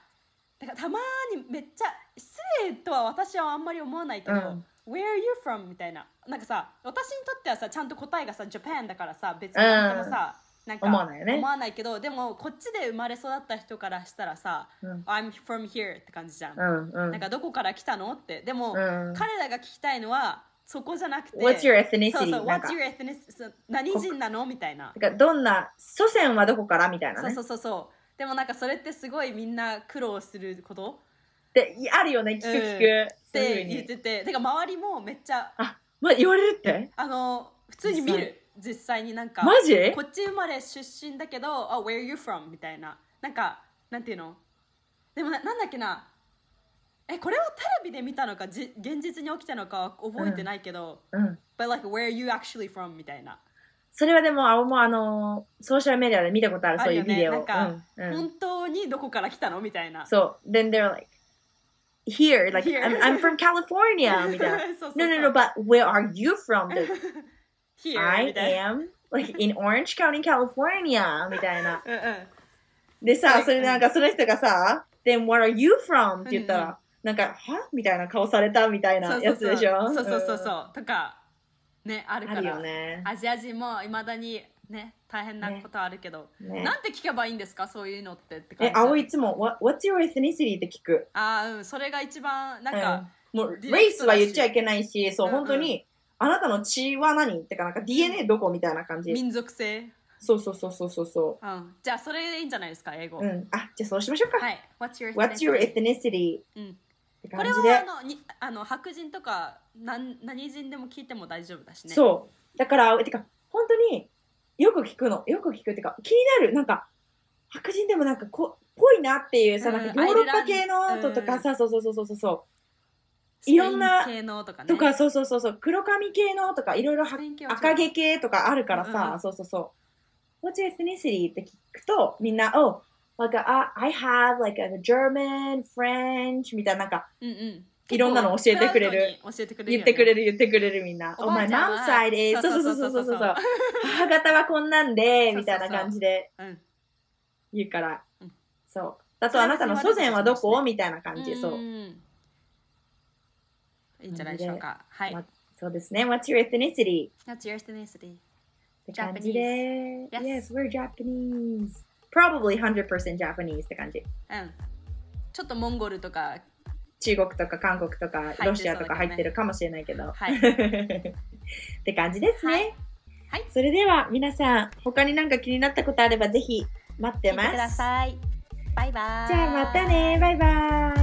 Speaker 2: なんかたまにめっちゃ失礼とは私はあんまり思わないけど、
Speaker 1: うん
Speaker 2: Where are you from? みたいななんかさ私にとってはさちゃんと答えがさ Japan だからさ別に何ともさ、なんか
Speaker 1: 思わないよね
Speaker 2: 思わないけどでもこっちで生まれ育った人からしたらさ、
Speaker 1: うん
Speaker 2: I'm from here って感じじゃん、
Speaker 1: うんうん。
Speaker 2: なんかどこから来たのってでも、
Speaker 1: うん、
Speaker 2: 彼らが聞きたいのはそこじゃなくて
Speaker 1: What's your ethnicity?
Speaker 2: そうそう
Speaker 1: なんか
Speaker 2: What's your ethnicity? そう何人なのみたいな
Speaker 1: なんかどんな、祖先はどこからみたいな
Speaker 2: そう
Speaker 1: ね。
Speaker 2: そうそうそうでもなんかそれってすごいみんな苦労すること
Speaker 1: で、いあるよね、
Speaker 2: う
Speaker 1: 聞く
Speaker 2: ん
Speaker 1: 聞く。
Speaker 2: っ
Speaker 1: そういう
Speaker 2: て
Speaker 1: ふう
Speaker 2: 言っ
Speaker 1: に。
Speaker 2: てててか周りもめっちゃ
Speaker 1: まあ、言われるって
Speaker 2: あの普通に見る実際になんか
Speaker 1: マジ
Speaker 2: こっち生まれ出身だけど「あ Where are you from?」みたいななんかなんていうのでもななんだっけなえこれはテレビで見たのかじ現実に起きたのかは覚えてないけど、
Speaker 1: うん。
Speaker 2: But like where are you actually from? みたいな
Speaker 1: それはでも、あもうあのーソーシャルメディアで見たことある、
Speaker 2: あ
Speaker 1: そう
Speaker 2: る
Speaker 1: い
Speaker 2: よ
Speaker 1: う
Speaker 2: ね
Speaker 1: ビデオ。
Speaker 2: なんか
Speaker 1: うんうん
Speaker 2: 本当にどこから来たのみたいな。
Speaker 1: そう。Then they're like, here, like,
Speaker 2: Here.
Speaker 1: I'm, I'm from California! みたいな。
Speaker 2: そうそうそう
Speaker 1: No, no, no, but where are you from?
Speaker 2: Here
Speaker 1: I
Speaker 2: みたいな。
Speaker 1: am, like, in Orange County, California! みたいな。
Speaker 2: うんうん
Speaker 1: で
Speaker 2: は
Speaker 1: さ、
Speaker 2: い
Speaker 1: それでなんかその人がさ、Then what are you from? って言った
Speaker 2: うんうん
Speaker 1: ら、なんか、はみたいな顔されたみたいなやつでしょ
Speaker 2: そうそうそうそうそうそう
Speaker 1: う
Speaker 2: そうとかねある
Speaker 1: ん。
Speaker 2: か
Speaker 1: あるよ
Speaker 2: ら、
Speaker 1: ね。
Speaker 2: アジア人もいまだにね大変なことあるけど、
Speaker 1: ね
Speaker 2: なんて聞けばいいんですかそういうのってって感
Speaker 1: え
Speaker 2: じ、
Speaker 1: 青いつも、What- What's your ethnicity? って聞く。
Speaker 2: あーうんそれが一番なんか、
Speaker 1: うんもう、
Speaker 2: ディ
Speaker 1: レ
Speaker 2: レ
Speaker 1: イ
Speaker 2: ク
Speaker 1: ス
Speaker 2: トだ
Speaker 1: は
Speaker 2: し
Speaker 1: 言っちゃいけないし、そう、
Speaker 2: うんうん
Speaker 1: 本当に、あなたの血は何ってか、なんか DNA どこみたいな感じ。
Speaker 2: 民族性、
Speaker 1: そうそうそうそうそうそ
Speaker 2: うん、じゃあそれでいいんじゃないですか英語、
Speaker 1: う。うん。あ、じゃあそうしましょうか。
Speaker 2: はい What's your
Speaker 1: What's your
Speaker 2: ethnicity？
Speaker 1: ethnicity?
Speaker 2: うん
Speaker 1: って
Speaker 2: これ
Speaker 1: 感じで。
Speaker 2: はあのにあの白人とかなん何人でも聞いても大丈夫だしねう
Speaker 1: そう。だから、てか、本当に、よく聞くの。よく聞くっていうか、気になる。なんか、白人でもなんかこ、ぽいなっていうさ、
Speaker 2: うん
Speaker 1: なんかヨーロッパ系の
Speaker 2: アイルラン
Speaker 1: 音
Speaker 2: ド
Speaker 1: とかさ、そうそうそうそうそうそ
Speaker 2: い
Speaker 1: ろんな
Speaker 2: 系のとか
Speaker 1: う。
Speaker 2: ね
Speaker 1: とか、そうそうそうそう。黒髪系のとか、いろいろは
Speaker 2: スペイン系は違う
Speaker 1: 赤毛系とかあるから
Speaker 2: うん
Speaker 1: さ
Speaker 2: う、ん
Speaker 1: そうそうそう。What's your ethnicity? って聞くと、みんな、oh, like, a, I have like a German, French みたいな、なんか
Speaker 2: うんうん
Speaker 1: いろんなの教えてくれる
Speaker 2: 結構フラットに教えてくれるよ
Speaker 1: 言
Speaker 2: ね
Speaker 1: ってくれる言ってくれるみんな。
Speaker 2: お
Speaker 1: Oh,
Speaker 2: ば
Speaker 1: my
Speaker 2: あちゃんは
Speaker 1: mom's side
Speaker 2: そ
Speaker 1: is そう
Speaker 2: そ
Speaker 1: うそうう
Speaker 2: そ
Speaker 1: そう
Speaker 2: そ
Speaker 1: う
Speaker 2: そ
Speaker 1: そううそううそう。母方はこんなんで、
Speaker 2: そうそうそう
Speaker 1: みたいな感じで
Speaker 2: うん
Speaker 1: 言うから
Speaker 2: うん。
Speaker 1: そう。あとあなたの祖先はどこみたいな感じ。そう。
Speaker 2: んいいんじゃないでしょうかはい
Speaker 1: まそうですね。What's your ethnicity?
Speaker 2: That's your ethnicity
Speaker 1: って感じで。
Speaker 2: Japanese. Yes.
Speaker 1: Yes, we're Japanese. Probably 100% Japanese って感じ。
Speaker 2: うんちょっとモンゴルとか
Speaker 1: 中国とか韓国とか
Speaker 2: て
Speaker 1: ロシアとか
Speaker 2: そうだけどね
Speaker 1: 入ってるかもしれないけど。
Speaker 2: はい
Speaker 1: って感じですね。
Speaker 2: はいはい
Speaker 1: それでは皆さん、他になんか気になったことあればぜひ待って
Speaker 2: 聞いて
Speaker 1: ます。
Speaker 2: くださいバイバイ
Speaker 1: じゃあまたね。バイバイ。